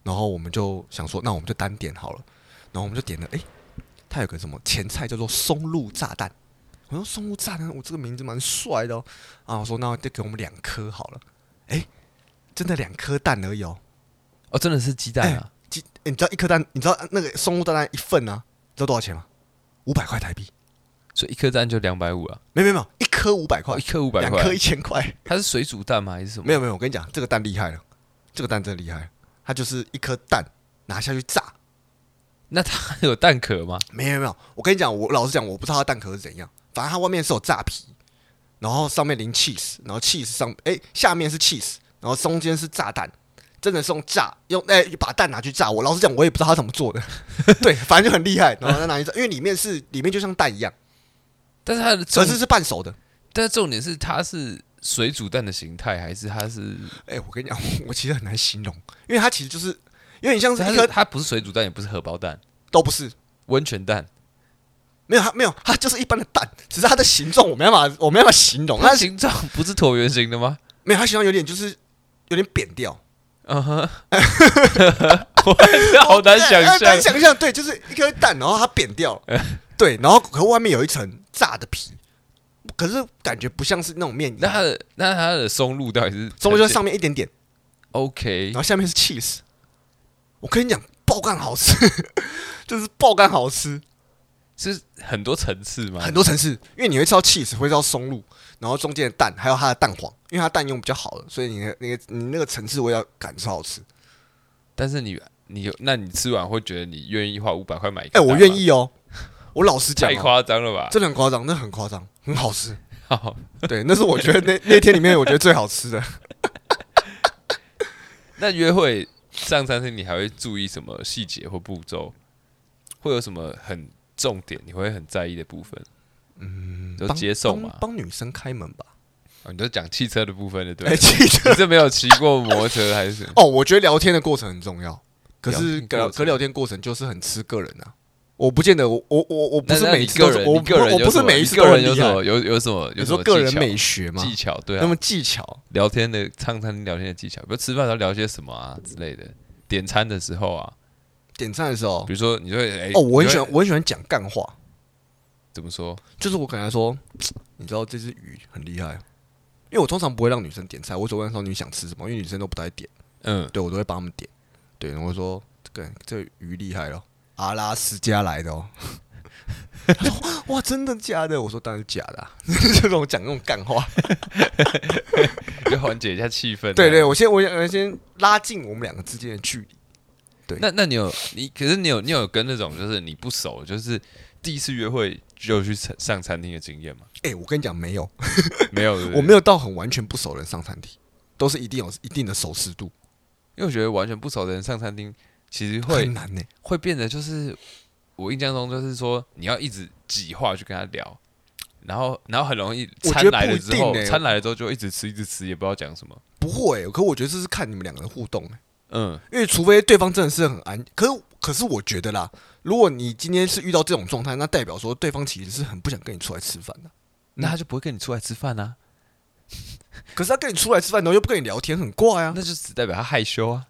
[SPEAKER 3] 然后我们就想说，那我们就单点好了。然后我们就点了，诶，他有个什么前菜叫做松露炸弹。我说松露炸弹，我这个名字蛮帅的哦。啊，我说那就给我们两颗好了。诶，真的两颗蛋而已哦。
[SPEAKER 2] 哦，真的是鸡蛋啊，
[SPEAKER 3] 鸡、欸你知道一颗蛋，你知道那个松露蛋蛋一份啊，你知道多少钱吗？五百块台币，
[SPEAKER 2] 所以一颗蛋就两百五啊，
[SPEAKER 3] 没有没有没有，一颗五百块
[SPEAKER 2] 哦，一，颗五百
[SPEAKER 3] 两
[SPEAKER 2] 块
[SPEAKER 3] 颗，一千块，
[SPEAKER 2] 它是水煮蛋吗？还是什么？
[SPEAKER 3] 没有没有，我跟你讲，这个蛋厉害了，这个蛋真的厉害，它就是一颗蛋拿下去炸，
[SPEAKER 2] 那它有蛋壳吗？
[SPEAKER 3] 没有没有，我跟你讲，我老实讲，我不知道它蛋壳是怎样，反正它外面是有炸皮，然后上面淋 cheese，然后 cheese 上哎、下面是 cheese，然后中间是炸弹，真的是用炸用哎、把蛋拿去炸。我老实讲，我也不知道它怎么做的， 对，反正就很厉害。然后它拿去炸，因为里面是里面就像蛋一样，
[SPEAKER 2] 但是它的重
[SPEAKER 3] 可，是是半熟的。
[SPEAKER 2] 但是重点是它是水煮蛋的形态，还是它是
[SPEAKER 3] 哎、我跟你讲，我其实很难形容，因为它其实就是有点像是
[SPEAKER 2] 它
[SPEAKER 3] 一
[SPEAKER 2] 是
[SPEAKER 3] 颗
[SPEAKER 2] 它不是水煮蛋，也不是荷包蛋，
[SPEAKER 3] 都不是，
[SPEAKER 2] 温泉蛋，
[SPEAKER 3] 没有它没有它就是一般的蛋，只是它的形状我没办法我没办法形容，它
[SPEAKER 2] 它形状不是椭圆形的吗？
[SPEAKER 3] 没有它形状有点就是有点扁掉。
[SPEAKER 2] 嗯 哼，我好难想
[SPEAKER 3] 很呃难
[SPEAKER 2] 象。嗯
[SPEAKER 3] 想象，对，就是一颗蛋，然后它扁掉了， 对，然后可外面有一层炸的皮，可是感觉不像是那种面一
[SPEAKER 2] 那它
[SPEAKER 3] 样，
[SPEAKER 2] 的那它的松露到底是
[SPEAKER 3] 中间就上面一点点，
[SPEAKER 2] OK
[SPEAKER 3] 然后下面是 cheese。我跟你讲，爆干好吃， 就是爆干好吃，
[SPEAKER 2] 是很多层次吗？
[SPEAKER 3] 很多层次，因为你会吃到 cheese，会吃到松露，然后中间的蛋，还有它的蛋黄，因为它蛋用比较好的，所以你的那个你那个层次味道感超好吃。
[SPEAKER 2] 但是你你有那你吃完会觉得你愿意花五百块买一
[SPEAKER 3] 哎、
[SPEAKER 2] 个？
[SPEAKER 3] 我愿，意哦，我老实讲
[SPEAKER 2] 太
[SPEAKER 3] 哦、
[SPEAKER 2] 夸张了吧？
[SPEAKER 3] 真的很夸张，那很夸张，很好吃。
[SPEAKER 2] 好，
[SPEAKER 3] 对，那是我觉得那那天里面我觉得最好吃的。
[SPEAKER 2] 那约会上餐厅你还会注意什么细节或步骤？会有什么很重点你会很在意的部分？嗯，就
[SPEAKER 3] 帮
[SPEAKER 2] 接送嘛
[SPEAKER 3] 帮。帮女生开门吧。
[SPEAKER 2] 哦你都讲汽车的部分了，对
[SPEAKER 3] 哎，
[SPEAKER 2] 不 对？
[SPEAKER 3] 记得
[SPEAKER 2] 你是没有骑过摩托车还是什么？
[SPEAKER 3] 哦，我觉得聊天的过程很重要，可是
[SPEAKER 2] 聊天过
[SPEAKER 3] 聊
[SPEAKER 2] 程
[SPEAKER 3] 可聊天过程就是很吃个人啊。我不见得，我我我我不是
[SPEAKER 2] 那
[SPEAKER 3] 每一
[SPEAKER 2] 你
[SPEAKER 3] 次
[SPEAKER 2] 个
[SPEAKER 3] 都是
[SPEAKER 2] 人，
[SPEAKER 3] 我
[SPEAKER 2] 你个人
[SPEAKER 3] 我
[SPEAKER 2] 有
[SPEAKER 3] 不
[SPEAKER 2] 什
[SPEAKER 3] 是
[SPEAKER 2] 么
[SPEAKER 3] 每一
[SPEAKER 2] 你
[SPEAKER 3] 次都
[SPEAKER 2] 个
[SPEAKER 3] 很
[SPEAKER 2] 人有
[SPEAKER 3] 厉
[SPEAKER 2] 什
[SPEAKER 3] 害
[SPEAKER 2] 么有有什么
[SPEAKER 3] 你
[SPEAKER 2] 有什
[SPEAKER 3] 说
[SPEAKER 2] 么
[SPEAKER 3] 个
[SPEAKER 2] 技
[SPEAKER 3] 人
[SPEAKER 2] 巧
[SPEAKER 3] 美学嘛，
[SPEAKER 2] 技巧对
[SPEAKER 3] 那
[SPEAKER 2] 啊
[SPEAKER 3] 么，技巧
[SPEAKER 2] 聊天的上餐厅聊天的技巧，比如吃饭的时候聊些什么啊之类的，点餐的时候啊，
[SPEAKER 3] 点赞的时候
[SPEAKER 2] 比，如说你就会哎、
[SPEAKER 3] 哦，我很
[SPEAKER 2] 你
[SPEAKER 3] 喜
[SPEAKER 2] 就会
[SPEAKER 3] 欢我很喜欢讲干话，
[SPEAKER 2] 怎么说？
[SPEAKER 3] 就是我跟他说，嗯你知道这只鱼很厉害，因为我通常不会让女生点菜，我只会问说你想吃什么，因为女生都不太点。
[SPEAKER 2] 嗯，
[SPEAKER 3] 对我都会帮他们点。对，然后我说这个这个鱼厉害了，阿拉斯加来的哦。 他说哇，真的假的？ 我说当然是假的、啊，这种讲那种干话。
[SPEAKER 2] 就缓解一下气氛。啊
[SPEAKER 3] 对对，，我先我想我先拉近我们两个之间的距离。
[SPEAKER 2] 那那你有你，可是你有你有跟那种就是你不熟，就是第一次约会就去餐上餐厅的经验吗？
[SPEAKER 3] 哎、我跟你讲，没有，
[SPEAKER 2] 没有，对不对
[SPEAKER 3] 我没有到很完全不熟的人上餐厅，都是一定有一定的熟识度，
[SPEAKER 2] 因为我觉得完全不熟的人上餐厅，其实会
[SPEAKER 3] 很难欸呢、
[SPEAKER 2] 会变得就是我印象中就是说你要一直挤话去跟他聊，然后然后很容易
[SPEAKER 3] 我
[SPEAKER 2] 掺
[SPEAKER 3] 觉得
[SPEAKER 2] 来
[SPEAKER 3] 不
[SPEAKER 2] 了
[SPEAKER 3] 一
[SPEAKER 2] 之后，
[SPEAKER 3] 定欸
[SPEAKER 2] 掺来了之后就一直吃一直吃，也不知道讲什么。
[SPEAKER 3] 不会、可我觉得这是看你们两个的互动、欸，
[SPEAKER 2] 嗯，
[SPEAKER 3] 因为除非对方真的是很安，可是可是我觉得啦，如果你今天是遇到这种状态，那代表说对方其实是很不想跟你出来吃饭的、
[SPEAKER 2] 那他就不会跟你出来吃饭啊，
[SPEAKER 3] 可是他跟你出来吃饭，然后又不跟你聊天，很怪啊，
[SPEAKER 2] 那就只代表他害羞啊，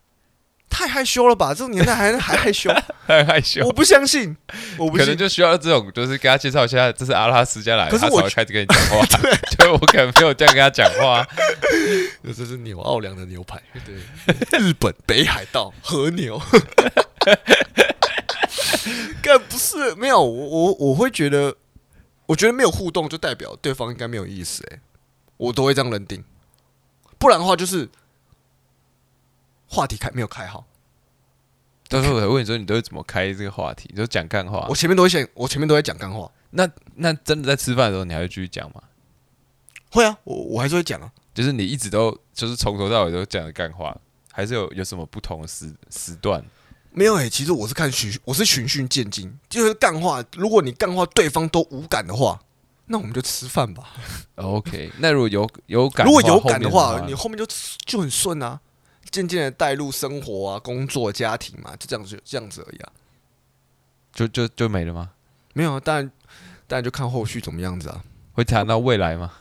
[SPEAKER 3] 太害羞了吧？这种年代还还害 羞？
[SPEAKER 2] 他害羞
[SPEAKER 3] 我。不相信，我不
[SPEAKER 2] 可能
[SPEAKER 3] 信。
[SPEAKER 2] 就需要这种，就是跟他介绍一下，这是阿拉斯加来的，
[SPEAKER 3] 可是
[SPEAKER 2] 他才
[SPEAKER 3] 我
[SPEAKER 2] 会开始跟你讲 话。就我可能没有这样跟他讲话，啊
[SPEAKER 3] 这这是牛奥良的牛排，对， 日本北海道和 牛。干不是没有我我我会觉得，我觉得没有互动就代表对方应该没有意思哎、我都会这样认定，不然的话就是话题开没有开好，
[SPEAKER 2] 到时候我还问你说，你都会怎么开这个话题？就讲干话啊
[SPEAKER 3] 我。前面都会想，我前面都在讲干话，
[SPEAKER 2] 那那真的在吃饭的时候，你还会继续讲吗？
[SPEAKER 3] 会啊，我我还是会讲啊，
[SPEAKER 2] 就是你一直都就是从头到尾都讲的干话，还是有有什么不同的时时段？
[SPEAKER 3] 没有哎、其实我是看循，我是循序渐进，就是干话。如果你干话对方都无感的话，那我们就吃饭吧。
[SPEAKER 2] 哦 OK，那如果有有感的
[SPEAKER 3] 如
[SPEAKER 2] 话，
[SPEAKER 3] 果有感的
[SPEAKER 2] 后
[SPEAKER 3] 话，
[SPEAKER 2] 面
[SPEAKER 3] 你
[SPEAKER 2] 呢
[SPEAKER 3] 后面就就很顺啊，渐渐的带入生活啊、工作、家庭嘛，就这样子，这样子而已啊。
[SPEAKER 2] 就就就没了吗？
[SPEAKER 3] 没有，啊，当然，当然就看后续怎么样子啊。
[SPEAKER 2] 会谈到未来吗？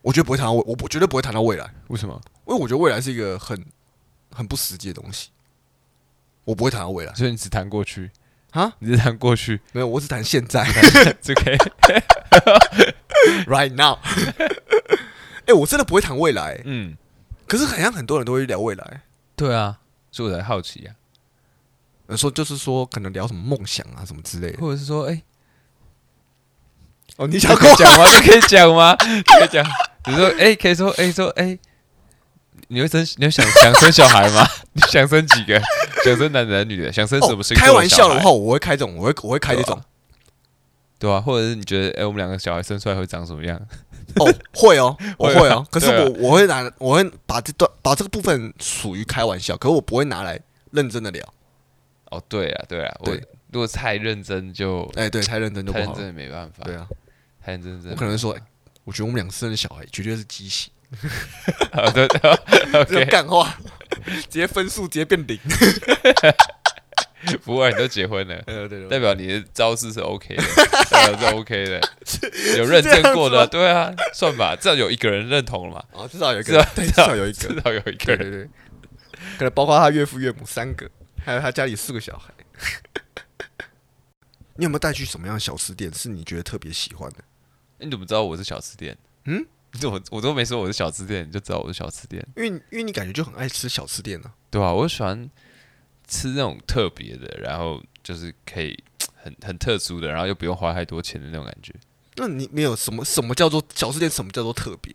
[SPEAKER 3] 我觉得不会谈到未，我我绝对不会谈到未来，
[SPEAKER 2] 为什么？
[SPEAKER 3] 因为我觉得未来是一个很很不实际的东西。我不会谈到未来
[SPEAKER 2] 所以你只谈过去，
[SPEAKER 3] 啊，
[SPEAKER 2] 你只谈过 去
[SPEAKER 3] 没有，我只谈现在
[SPEAKER 2] 这个
[SPEAKER 3] ，right now。哎、我真的不会谈未来、
[SPEAKER 2] 嗯，
[SPEAKER 3] 可是好像很多人都会聊未来，
[SPEAKER 2] 对啊，所以我才好奇啊，
[SPEAKER 3] 呃说就是说可能聊什么梦想啊什么之类的。
[SPEAKER 2] 或者是说，哎、
[SPEAKER 3] 哦，你
[SPEAKER 2] 这可以讲吗？这可以讲吗？这可以讲，你说，哎、可以说，哎、说，哎、你会生，你会想想生小孩吗？ 你想生几个？想生男的、女的？想生什么星座、
[SPEAKER 3] 哦开玩笑的
[SPEAKER 2] 的
[SPEAKER 3] 话，，我会开这种，我会我会开这种。
[SPEAKER 2] 对啊，或者是你觉得，哎、我们两个小孩生出来会长什么样？
[SPEAKER 3] 哦，会 哦，我会
[SPEAKER 2] 会
[SPEAKER 3] 哦
[SPEAKER 2] 啊。
[SPEAKER 3] 可是
[SPEAKER 2] 对啊
[SPEAKER 3] 我我会拿，我会把这段把这个部分属于开玩笑，可是我不会拿来认真的聊。
[SPEAKER 2] 哦，对啊，对啊，我
[SPEAKER 3] 对
[SPEAKER 2] 如果太认真就
[SPEAKER 3] 哎、对，太认真就
[SPEAKER 2] 太
[SPEAKER 3] 不
[SPEAKER 2] 认
[SPEAKER 3] 好
[SPEAKER 2] 真
[SPEAKER 3] 了。
[SPEAKER 2] 的没办法，
[SPEAKER 3] 对啊，
[SPEAKER 2] 太认真真的没办法。
[SPEAKER 3] 我可能会说，哎我觉得我们俩生的小孩绝对是畸形，
[SPEAKER 2] 好哦的
[SPEAKER 3] 这种
[SPEAKER 2] ，OK，
[SPEAKER 3] 干话，直接分数直接变零。
[SPEAKER 2] 不会，你都结婚了。
[SPEAKER 3] 呃， 对
[SPEAKER 2] 代
[SPEAKER 3] 对，
[SPEAKER 2] 表你的招式是 OK 的，代表是 OK 的，有认证过的啊，
[SPEAKER 3] 是
[SPEAKER 2] 对啊，算吧，至少有一个人认同了嘛，
[SPEAKER 3] 哦，至少有一
[SPEAKER 2] 至
[SPEAKER 3] 个
[SPEAKER 2] 少，
[SPEAKER 3] 对，至少有一
[SPEAKER 2] 至
[SPEAKER 3] 个，
[SPEAKER 2] 少有一个
[SPEAKER 3] 对
[SPEAKER 2] 人
[SPEAKER 3] 对对，可能包括他岳父岳母三个，还有他家里四个小孩。 你有没有带去什么样的小吃店是你觉得特别喜欢的？
[SPEAKER 2] 哎你怎么知道我是小吃店？
[SPEAKER 3] 嗯，
[SPEAKER 2] 你怎么我都没说我是小吃店，你就知道我是小吃店，
[SPEAKER 3] 因为因为你感觉就很爱吃小吃店呢、
[SPEAKER 2] 对吧、啊？我喜欢吃那种特别的，然后就是可以很很特殊的，然后又不用花太多钱的那种感觉。
[SPEAKER 3] 那你没有什么什么叫做小吃店？什么叫做特别？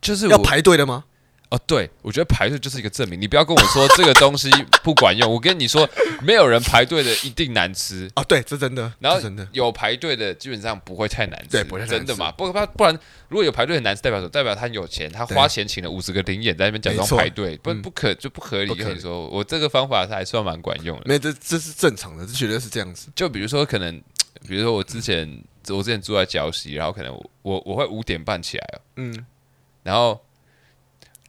[SPEAKER 2] 就是
[SPEAKER 3] 要
[SPEAKER 2] 我
[SPEAKER 3] 排队的吗？
[SPEAKER 2] 哦，对，我觉得排队就是一个证明。你不要跟我说这个东西不管用，我跟你说，没有人排队的一定难吃，
[SPEAKER 3] 啊，对，这真的，
[SPEAKER 2] 然后
[SPEAKER 3] 这真的
[SPEAKER 2] 有排队的基本上不会太难吃，
[SPEAKER 3] 对不会太难吃
[SPEAKER 2] 真的嘛？不不不然，如果有排队很难吃，代表什么？代表他有钱，他
[SPEAKER 3] 对
[SPEAKER 2] 花钱请了五十个零眼在那边假
[SPEAKER 3] 没
[SPEAKER 2] 装
[SPEAKER 3] 错
[SPEAKER 2] 排队，不
[SPEAKER 3] 嗯
[SPEAKER 2] 不可就不合理。
[SPEAKER 3] 不可
[SPEAKER 2] 跟你说，我这个方法还算蛮管用的。
[SPEAKER 3] 没有这这是正常的，这绝对是这样子。
[SPEAKER 2] 就比如说，可能比如说我之前我之前住在礁溪，然后可能我我我会五点半起来哦，
[SPEAKER 3] 嗯，
[SPEAKER 2] 然后。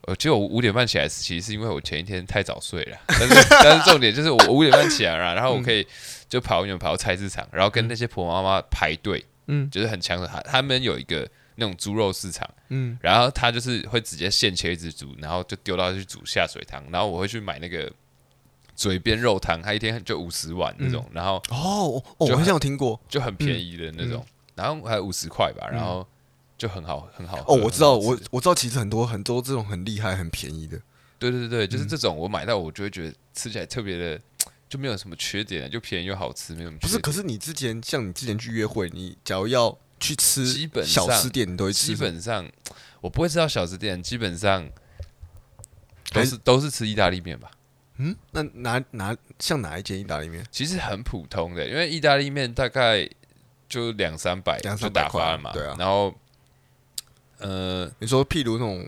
[SPEAKER 2] 我记得我五点半起来，其实是因为我前一天太早睡了。 但是但是重点就是我我五点半起来了，然后我可以就跑远跑到菜市场，然后跟那些婆婆妈妈排队，
[SPEAKER 3] 嗯
[SPEAKER 2] 嗯，就是很强的。他他们有一个那种猪肉市场，
[SPEAKER 3] 嗯
[SPEAKER 2] 嗯，然后他就是会直接现切一只猪，然后就丢到去煮下水汤，然后我会去买那个嘴边肉汤，他一天就五十碗那种，然后
[SPEAKER 3] 哦哦，我
[SPEAKER 2] 就
[SPEAKER 3] 好像有听过。
[SPEAKER 2] 就很便宜的那种，然后还五十块吧，然后就很好很好喝
[SPEAKER 3] 哦，我知道，
[SPEAKER 2] 很好
[SPEAKER 3] 我
[SPEAKER 2] 吃
[SPEAKER 3] 我知道，其实很多很多这种很厉害、很便宜的。
[SPEAKER 2] 对对对，
[SPEAKER 3] 嗯
[SPEAKER 2] 就是这种我买到我就会觉得吃起来特别的，就没有什么缺点，就便宜又好吃，没有什么
[SPEAKER 3] 不是，
[SPEAKER 2] 缺点
[SPEAKER 3] 可是你之前像你之前去约会，你假如要去吃
[SPEAKER 2] 基本
[SPEAKER 3] 小
[SPEAKER 2] 上
[SPEAKER 3] 吃店，你都会吃
[SPEAKER 2] 基
[SPEAKER 3] 什么。
[SPEAKER 2] 本上我不会吃到小吃店，基本上都
[SPEAKER 3] 还
[SPEAKER 2] 是都是吃意大利面吧。
[SPEAKER 3] 嗯，那哪哪像哪一间意大利面？
[SPEAKER 2] 其实很普通的，因为意大利面大概就两三百
[SPEAKER 3] 两
[SPEAKER 2] 就
[SPEAKER 3] 三百
[SPEAKER 2] 打发了嘛，
[SPEAKER 3] 块对啊
[SPEAKER 2] 然后呃，
[SPEAKER 3] 你说譬如那种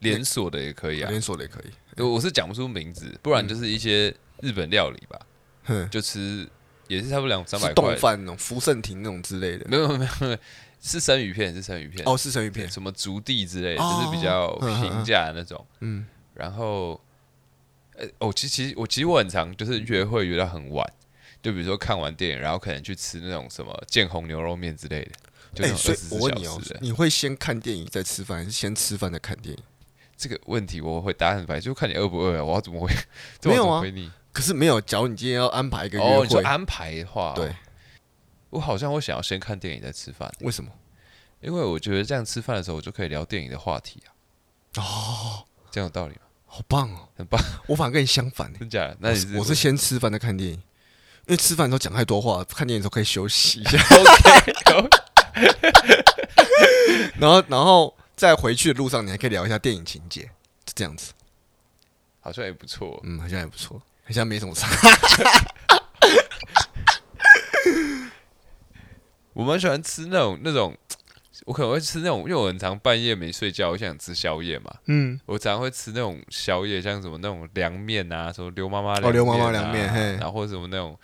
[SPEAKER 2] 连锁的也可以啊，
[SPEAKER 3] 连锁的也可以。
[SPEAKER 2] 我我是讲不出名字，不然就是一些日本料理吧，
[SPEAKER 3] 哼，
[SPEAKER 2] 就吃也是差不多两三
[SPEAKER 3] 是
[SPEAKER 2] 百
[SPEAKER 3] 冻
[SPEAKER 2] 块。嗯
[SPEAKER 3] 饭那种、福盛亭那种之类的。
[SPEAKER 2] 没有没有没有，是生鱼片，是生鱼片
[SPEAKER 3] 哦，是生鱼片，
[SPEAKER 2] 什么竹地之类的，
[SPEAKER 3] 哦
[SPEAKER 2] 就是比较平价的那种。
[SPEAKER 3] 嗯
[SPEAKER 2] 然后，呃，哦，其实其实我其实我很常就是约会约到很晚，就比如说看完电影，然后可能去吃那种什么建红牛肉面之类的，就那
[SPEAKER 3] 哎、
[SPEAKER 2] 种
[SPEAKER 3] 所
[SPEAKER 2] 二
[SPEAKER 3] 以
[SPEAKER 2] 十
[SPEAKER 3] 我
[SPEAKER 2] 四
[SPEAKER 3] 问
[SPEAKER 2] 小
[SPEAKER 3] 你哦
[SPEAKER 2] 时的，。
[SPEAKER 3] 你会先看电影再吃饭，还是先吃饭再看电影？
[SPEAKER 2] 这个问题我会答案很白，就看你饿不饿啊，我要怎么回？ 这我
[SPEAKER 3] 没有
[SPEAKER 2] 怎
[SPEAKER 3] 啊
[SPEAKER 2] 么回你？
[SPEAKER 3] 可是没有，假如你今天要安排一个约
[SPEAKER 2] 哦，你说
[SPEAKER 3] 会，
[SPEAKER 2] 安排的话，
[SPEAKER 3] 对，，
[SPEAKER 2] 我好像会想要先看电影再吃饭，
[SPEAKER 3] 为什么？
[SPEAKER 2] 因为我觉得这样吃饭的时候，我就可以聊电影的话题啊。哦，这样有道理吗？
[SPEAKER 3] 好棒哦，
[SPEAKER 2] 很棒，
[SPEAKER 3] 我反而跟你相反、欸，
[SPEAKER 2] 真假的？那
[SPEAKER 3] 我
[SPEAKER 2] 你
[SPEAKER 3] 是我是先吃饭再看电影，因为吃饭的时候讲太多话，看电影的时候可以休息一下，
[SPEAKER 2] OK，
[SPEAKER 3] 然后然后在回去的路上你还可以聊一下电影情节，就这样子，
[SPEAKER 2] 好像也不错。
[SPEAKER 3] 嗯，好像也不错，好像没什么差。
[SPEAKER 2] 我蛮喜欢吃那种那种，我可能会吃那种，因为我很常半夜没睡觉，我想吃宵夜嘛。
[SPEAKER 3] 嗯，
[SPEAKER 2] 我常常会吃那种宵夜，像什么那种凉面啊，什么刘妈妈凉面、啊
[SPEAKER 3] 哦刘妈妈凉面嘿
[SPEAKER 2] 然后或者什么那种。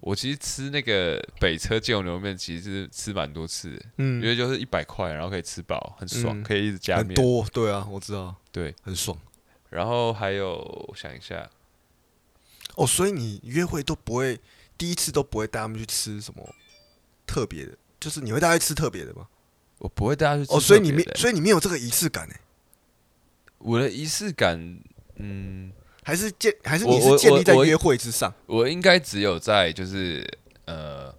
[SPEAKER 2] 我其实吃那个北车酱牛肉面，其实是吃蛮多次的，因
[SPEAKER 3] 嗯，
[SPEAKER 2] 为就是一百块，然后可以吃饱，很爽，
[SPEAKER 3] 嗯
[SPEAKER 2] 可以一直加
[SPEAKER 3] 很
[SPEAKER 2] 面。
[SPEAKER 3] 多，对啊，我知道，
[SPEAKER 2] 对，
[SPEAKER 3] 很爽。
[SPEAKER 2] 然后还有我想一下，
[SPEAKER 3] 哦，所以你约会都不会第一次都不会带他们去吃什么特别的，就是你会带他去吃特别的吗？
[SPEAKER 2] 我不会带他去吃
[SPEAKER 3] 哦，所以
[SPEAKER 2] 特
[SPEAKER 3] 你没
[SPEAKER 2] 别，的欸
[SPEAKER 3] 所以你没有这个仪式感呢、欸
[SPEAKER 2] 我的仪式感，嗯，
[SPEAKER 3] 还是建还是
[SPEAKER 2] 我
[SPEAKER 3] 你是
[SPEAKER 2] 我
[SPEAKER 3] 建立在
[SPEAKER 2] 我我
[SPEAKER 3] 约会 之上？
[SPEAKER 2] 我应该只有在就是呃，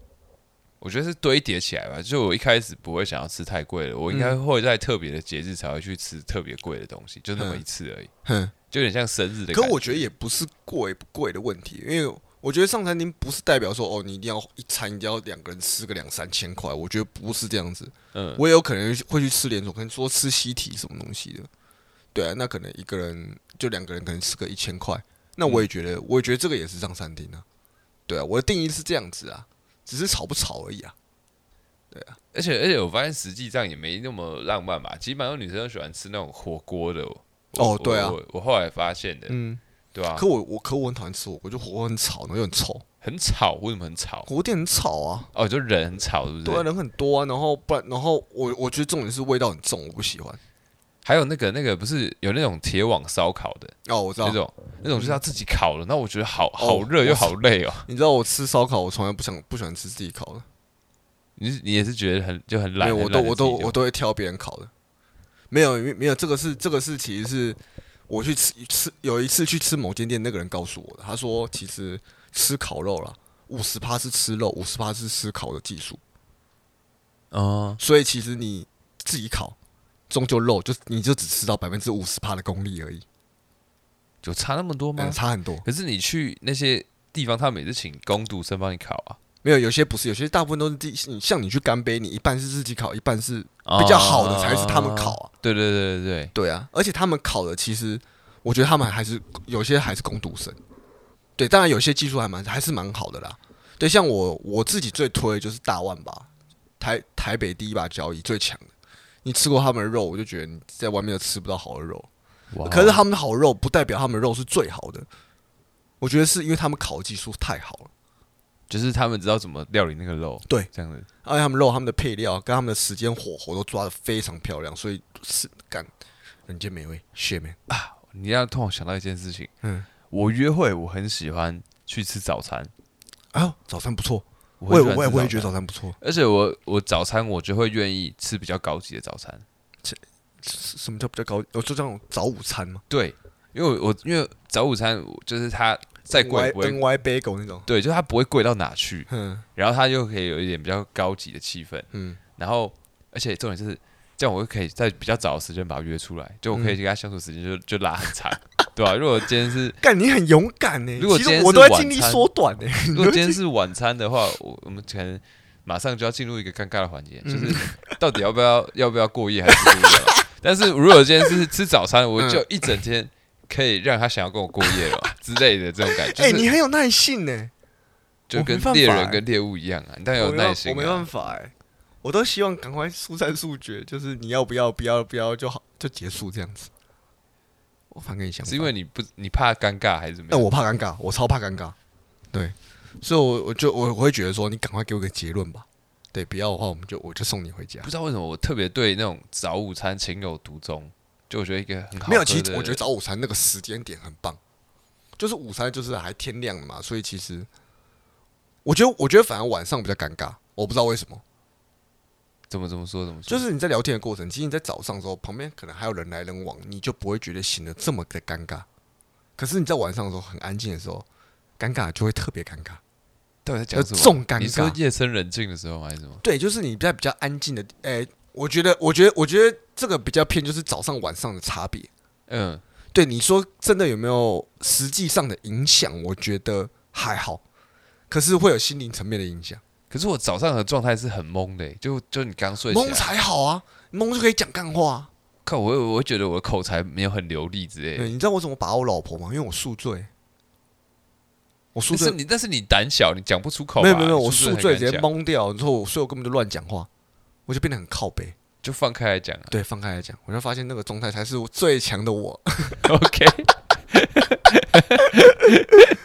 [SPEAKER 2] 我觉得是堆叠起来吧。就我一开始不会想要吃太贵的，我应该会在特别的节日才会去吃特别贵的东西，就那么
[SPEAKER 3] 嗯
[SPEAKER 2] 一次而已，
[SPEAKER 3] 哼，
[SPEAKER 2] 就有点像生日的感觉。
[SPEAKER 3] 可我觉得也不是贵不贵的问题，因为我觉得上餐厅不是代表说哦，你一定要一餐一定要两个人吃个两三千块，我觉得不是这样子。
[SPEAKER 2] 嗯，
[SPEAKER 3] 我也有可能会去吃连锁，可能说吃西体什么东西的，对啊，那可能一个人就两个人可能吃个一千块，那我也觉得，我也觉得这个也是上餐厅啊，对啊，我的定义是这样子啊，只是吵不吵而已啊，
[SPEAKER 2] 而且而且我发现实际上也没那么浪漫吧。其实蛮多女生都喜欢吃那种火锅的。我
[SPEAKER 3] 哦
[SPEAKER 2] 我
[SPEAKER 3] 对啊
[SPEAKER 2] 我我后来发现的，
[SPEAKER 3] 嗯，
[SPEAKER 2] 对啊吧、
[SPEAKER 3] 可我我可我很讨厌吃火锅，就火锅很吵，然后又很臭，
[SPEAKER 2] 很吵，为什么很吵？
[SPEAKER 3] 火锅店很吵啊，
[SPEAKER 2] 哦，就人很吵，是不是？
[SPEAKER 3] 对啊，人很多啊，然后不然，然后我我觉得重点是味道很重，我不喜欢。
[SPEAKER 2] 还有那个那个不是有那种铁网烧烤的
[SPEAKER 3] 哦，我知
[SPEAKER 2] 那
[SPEAKER 3] 道，
[SPEAKER 2] 种，那种就是他自己烤的，那我觉得好好
[SPEAKER 3] 哦
[SPEAKER 2] 热又
[SPEAKER 3] 我
[SPEAKER 2] 好累哦。
[SPEAKER 3] 你知道我吃烧烤，我从来不想不喜欢吃自己烤的，
[SPEAKER 2] 你是你也是觉得很就很
[SPEAKER 3] 没
[SPEAKER 2] 懒，
[SPEAKER 3] 有，我
[SPEAKER 2] 很
[SPEAKER 3] 都
[SPEAKER 2] 懒得
[SPEAKER 3] 我
[SPEAKER 2] 自
[SPEAKER 3] 都
[SPEAKER 2] 己
[SPEAKER 3] 我
[SPEAKER 2] 用
[SPEAKER 3] 都会挑别人烤的。没有，没有，这个是这个是其实是我去吃吃有一次去吃某间店，那个人告诉我的，他说其实吃烤肉啦，五十趴是吃肉，五十趴是吃烤的技术，
[SPEAKER 2] 哦，
[SPEAKER 3] 所以其实你自己烤，终究肉就你就只吃到百分之五十趴的功力而已，
[SPEAKER 2] 有差那么多吗
[SPEAKER 3] 嗯，？差很多。
[SPEAKER 2] 可是你去那些地方，他们也是请工读生帮你烤啊，
[SPEAKER 3] 没有，有些不是，有些大部分都是自己。你像你去干杯，你一半是自己烤，一半是
[SPEAKER 2] 哦
[SPEAKER 3] 比较好的才是他们烤。啊。
[SPEAKER 2] 对对对对对，
[SPEAKER 3] 对啊，而且他们烤的其实，我觉得他们还是有些还是工读生。对，当然有些技术还蛮还是蛮好的啦。对，像我我自己最推的就是大万吧，台台北第一把交椅最强的。你吃过他们的肉，我就觉得你在外面都吃不到好的肉。
[SPEAKER 2] 哇
[SPEAKER 3] 可是他们的好肉不代表他们的肉是最好的，我觉得是因为他们烤的技术太好了。
[SPEAKER 2] 就是他们知道怎么料理那个肉，
[SPEAKER 3] 对，
[SPEAKER 2] 这样子
[SPEAKER 3] 而且他们肉、他们的配料跟他们的时间火候都抓的非常漂亮，所以是干人间美味，shit man。
[SPEAKER 2] 你要突然想到一件事情，
[SPEAKER 3] 嗯，
[SPEAKER 2] 我约会我很喜欢去吃早餐，
[SPEAKER 3] 哎呦，早餐不错，
[SPEAKER 2] 很
[SPEAKER 3] 我也
[SPEAKER 2] 喜欢
[SPEAKER 3] 我也
[SPEAKER 2] 吃
[SPEAKER 3] 我也
[SPEAKER 2] 早
[SPEAKER 3] 觉
[SPEAKER 2] 餐
[SPEAKER 3] 得早餐不错。
[SPEAKER 2] 而且我我早餐我就会愿意吃比较高级的早餐，
[SPEAKER 3] 是什么叫比较高？哦，就这种早午餐嘛，
[SPEAKER 2] 对，因为我我因为早午餐我就是它再贵也
[SPEAKER 3] y
[SPEAKER 2] 不会，
[SPEAKER 3] N Y bagel 那种。
[SPEAKER 2] 对，就是它不会贵到哪去，
[SPEAKER 3] 嗯
[SPEAKER 2] 然后它又可以有一点比较高级的气氛。
[SPEAKER 3] 嗯，
[SPEAKER 2] 然后而且重点就是，这样我就可以在比较早的时间把他约出来，就我
[SPEAKER 3] 嗯
[SPEAKER 2] 可以跟他相处时间就、就拉很长，对啊吧、如果今天 是
[SPEAKER 3] 干你很勇敢呢、
[SPEAKER 2] 如果
[SPEAKER 3] 其
[SPEAKER 2] 今
[SPEAKER 3] 实
[SPEAKER 2] 天
[SPEAKER 3] 我
[SPEAKER 2] 是
[SPEAKER 3] 都在
[SPEAKER 2] 晚
[SPEAKER 3] 尽力
[SPEAKER 2] 餐
[SPEAKER 3] 缩短呢、
[SPEAKER 2] 如果今天是晚餐的话，我我们可能马上就要进入一个尴尬的环节，
[SPEAKER 3] 嗯
[SPEAKER 2] 就是到底要不要要不要过夜还是不要？但是如果今天是吃早餐，我
[SPEAKER 3] 嗯
[SPEAKER 2] 就一整天可以让他想要跟我过夜了之类的这种感觉，
[SPEAKER 3] 哎、
[SPEAKER 2] 就
[SPEAKER 3] 你
[SPEAKER 2] 是
[SPEAKER 3] 很有耐性呢、
[SPEAKER 2] 就跟
[SPEAKER 3] 我没办法
[SPEAKER 2] 猎人
[SPEAKER 3] 欸
[SPEAKER 2] 跟猎物一样啊，你当然
[SPEAKER 3] 我
[SPEAKER 2] 有
[SPEAKER 3] 没办
[SPEAKER 2] 耐心、啊
[SPEAKER 3] 我没办法哎、我都希望赶快速战速决，就是你要不要不要不要就好就结束这样子。我反跟你想法，
[SPEAKER 2] 是因为你不你怕尴尬还是怎么
[SPEAKER 3] 那
[SPEAKER 2] 样？
[SPEAKER 3] 我怕尴尬，我超怕尴尬，对，所以我我就我我会觉得说，你赶快给我个结论吧，对，不要的话，我们就我就送你回家
[SPEAKER 2] 不。知道为什么我特别对那种早午餐情有独钟，就我觉得一个很好
[SPEAKER 3] 没有，
[SPEAKER 2] 喝
[SPEAKER 3] 其实
[SPEAKER 2] 的
[SPEAKER 3] 我觉得早午餐那个时间点很棒，就是午餐就是还天亮了嘛，所以其实我觉得，我觉得反而晚上比较尴尬，我不知道为什么。
[SPEAKER 2] 怎么怎么说怎么说，
[SPEAKER 3] 就是你在聊天的过程，其实你在早上的时候，旁边可能还有人来人往，你就不会觉得显得这么的尴尬。可是你在晚上的时候很安静的时候，尴尬就会特别尴尬。
[SPEAKER 2] 到底在讲什么？
[SPEAKER 3] 呃重尴尬
[SPEAKER 2] 你说夜深人静的时候吗还是什么？
[SPEAKER 3] 对，就是你在比较安静的，诶、我觉得，我觉得，我觉得这个比较偏就是早上晚上的差别。
[SPEAKER 2] 嗯，
[SPEAKER 3] 对你说真的有没有实际上的影响？我觉得还好，可是会有心灵层面的影响。
[SPEAKER 2] 可是我早上的状态是很懵的欸、就就你刚睡起
[SPEAKER 3] 懵
[SPEAKER 2] 来，
[SPEAKER 3] 才好啊，懵就可以讲干话、啊。
[SPEAKER 2] 看我会我会觉得我的口才没有很流利之类的
[SPEAKER 3] 对，。你知道我怎么把我老婆吗？因为我宿醉，我宿
[SPEAKER 2] 但是
[SPEAKER 3] 醉
[SPEAKER 2] 你但是你胆小，你讲不出口吧。
[SPEAKER 3] 没有没有没有，我
[SPEAKER 2] 你是
[SPEAKER 3] 宿
[SPEAKER 2] 不是
[SPEAKER 3] 醉
[SPEAKER 2] 很敢
[SPEAKER 3] 直接
[SPEAKER 2] 讲，
[SPEAKER 3] 懵掉，之后所以我根本就乱讲话，我就变得很靠背。
[SPEAKER 2] 就放开来讲啊。
[SPEAKER 3] 对，放开来讲，我就发现那个状态才是我最强的我。
[SPEAKER 2] OK，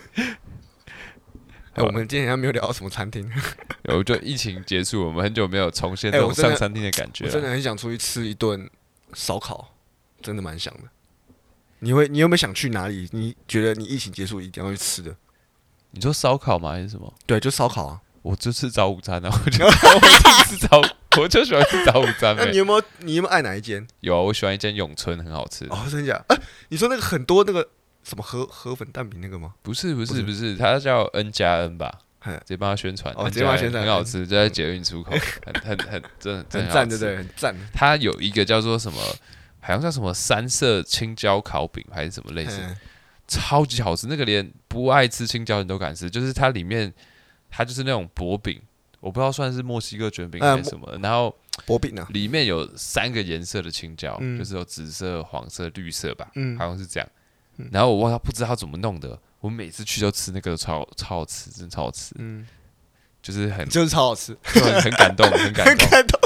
[SPEAKER 3] 哎、我们今天好像没有聊到什么餐厅，
[SPEAKER 2] 我就疫情结束，我们很久没有重现
[SPEAKER 3] 哎
[SPEAKER 2] 这
[SPEAKER 3] 我
[SPEAKER 2] 种
[SPEAKER 3] 真的
[SPEAKER 2] 上餐厅的感觉
[SPEAKER 3] 我真的
[SPEAKER 2] 了。
[SPEAKER 3] 很想出去吃一顿烧烤，真的蛮想的。你会，你有没有想去哪里？你觉得你疫情结束一定要去吃的？
[SPEAKER 2] 你说烧烤吗？还是什么？
[SPEAKER 3] 对，就烧烤啊。
[SPEAKER 2] 我就吃早午餐 啊，我就我就吃早，我就喜欢吃早午餐
[SPEAKER 3] 那
[SPEAKER 2] 呗
[SPEAKER 3] 你。有没有，你有没有爱哪一间？
[SPEAKER 2] 有啊，我喜欢一间永春，很好吃。
[SPEAKER 3] 哦，真的假的？哎、你说那个很多那个什么河河粉蛋饼那个吗？
[SPEAKER 2] 不是不
[SPEAKER 3] 不是
[SPEAKER 2] 是不是，它叫 N 加 N 吧
[SPEAKER 3] 嘿？
[SPEAKER 2] 直接帮他宣传，
[SPEAKER 3] 哦
[SPEAKER 2] N
[SPEAKER 3] 直接帮他
[SPEAKER 2] 加
[SPEAKER 3] 宣
[SPEAKER 2] N，
[SPEAKER 3] 传嗯
[SPEAKER 2] 很好吃，就在捷运出口，很很很真 的
[SPEAKER 3] 很
[SPEAKER 2] 真的
[SPEAKER 3] 赞，
[SPEAKER 2] 好
[SPEAKER 3] 对
[SPEAKER 2] 吃
[SPEAKER 3] 不对？很赞。
[SPEAKER 2] 它有一个叫做什么，好像叫什么三色青椒烤饼还是什么类似，
[SPEAKER 3] 嗯
[SPEAKER 2] 超级好吃，那个连不爱吃青椒人都敢吃，就是它里面它就是那种薄饼，我不知道算是墨西哥卷饼
[SPEAKER 3] 呃
[SPEAKER 2] 还是什么，然后
[SPEAKER 3] 薄饼啊，
[SPEAKER 2] 里面有三个颜色的青椒，
[SPEAKER 3] 嗯
[SPEAKER 2] 就是有紫色、黄色、绿色吧，
[SPEAKER 3] 嗯
[SPEAKER 2] 好像是这样。然后我忘了不知道怎么弄的，我每次去都吃那个超超好吃，真的超好吃，
[SPEAKER 3] 嗯，
[SPEAKER 2] 就是很
[SPEAKER 3] 就是超好吃，
[SPEAKER 2] 就很很感动，很感
[SPEAKER 3] 很
[SPEAKER 2] 动，
[SPEAKER 3] 感动。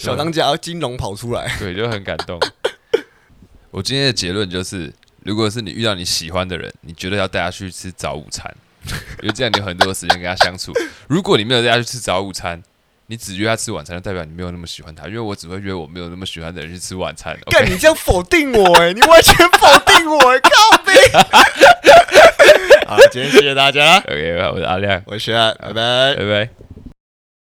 [SPEAKER 3] 小当家金龙跑出来，
[SPEAKER 2] 对，就很感动。我今天的结论就是，如果是你遇到你喜欢的人，你绝对要带他去吃早午 餐，因为这样你有很多的时间跟他相处。如果你没有带他去吃早午餐，你只约他吃晚餐，就代表你没有那么喜欢他，因为我只会约我没有那么喜欢的人去吃晚餐。
[SPEAKER 3] 干
[SPEAKER 2] OK，
[SPEAKER 3] 你这样否定我 哎、你完全否定我哎、靠背。好，今天谢谢大家，
[SPEAKER 2] OK，好我是阿亮，
[SPEAKER 3] 我是轩，拜拜
[SPEAKER 2] 拜。拜。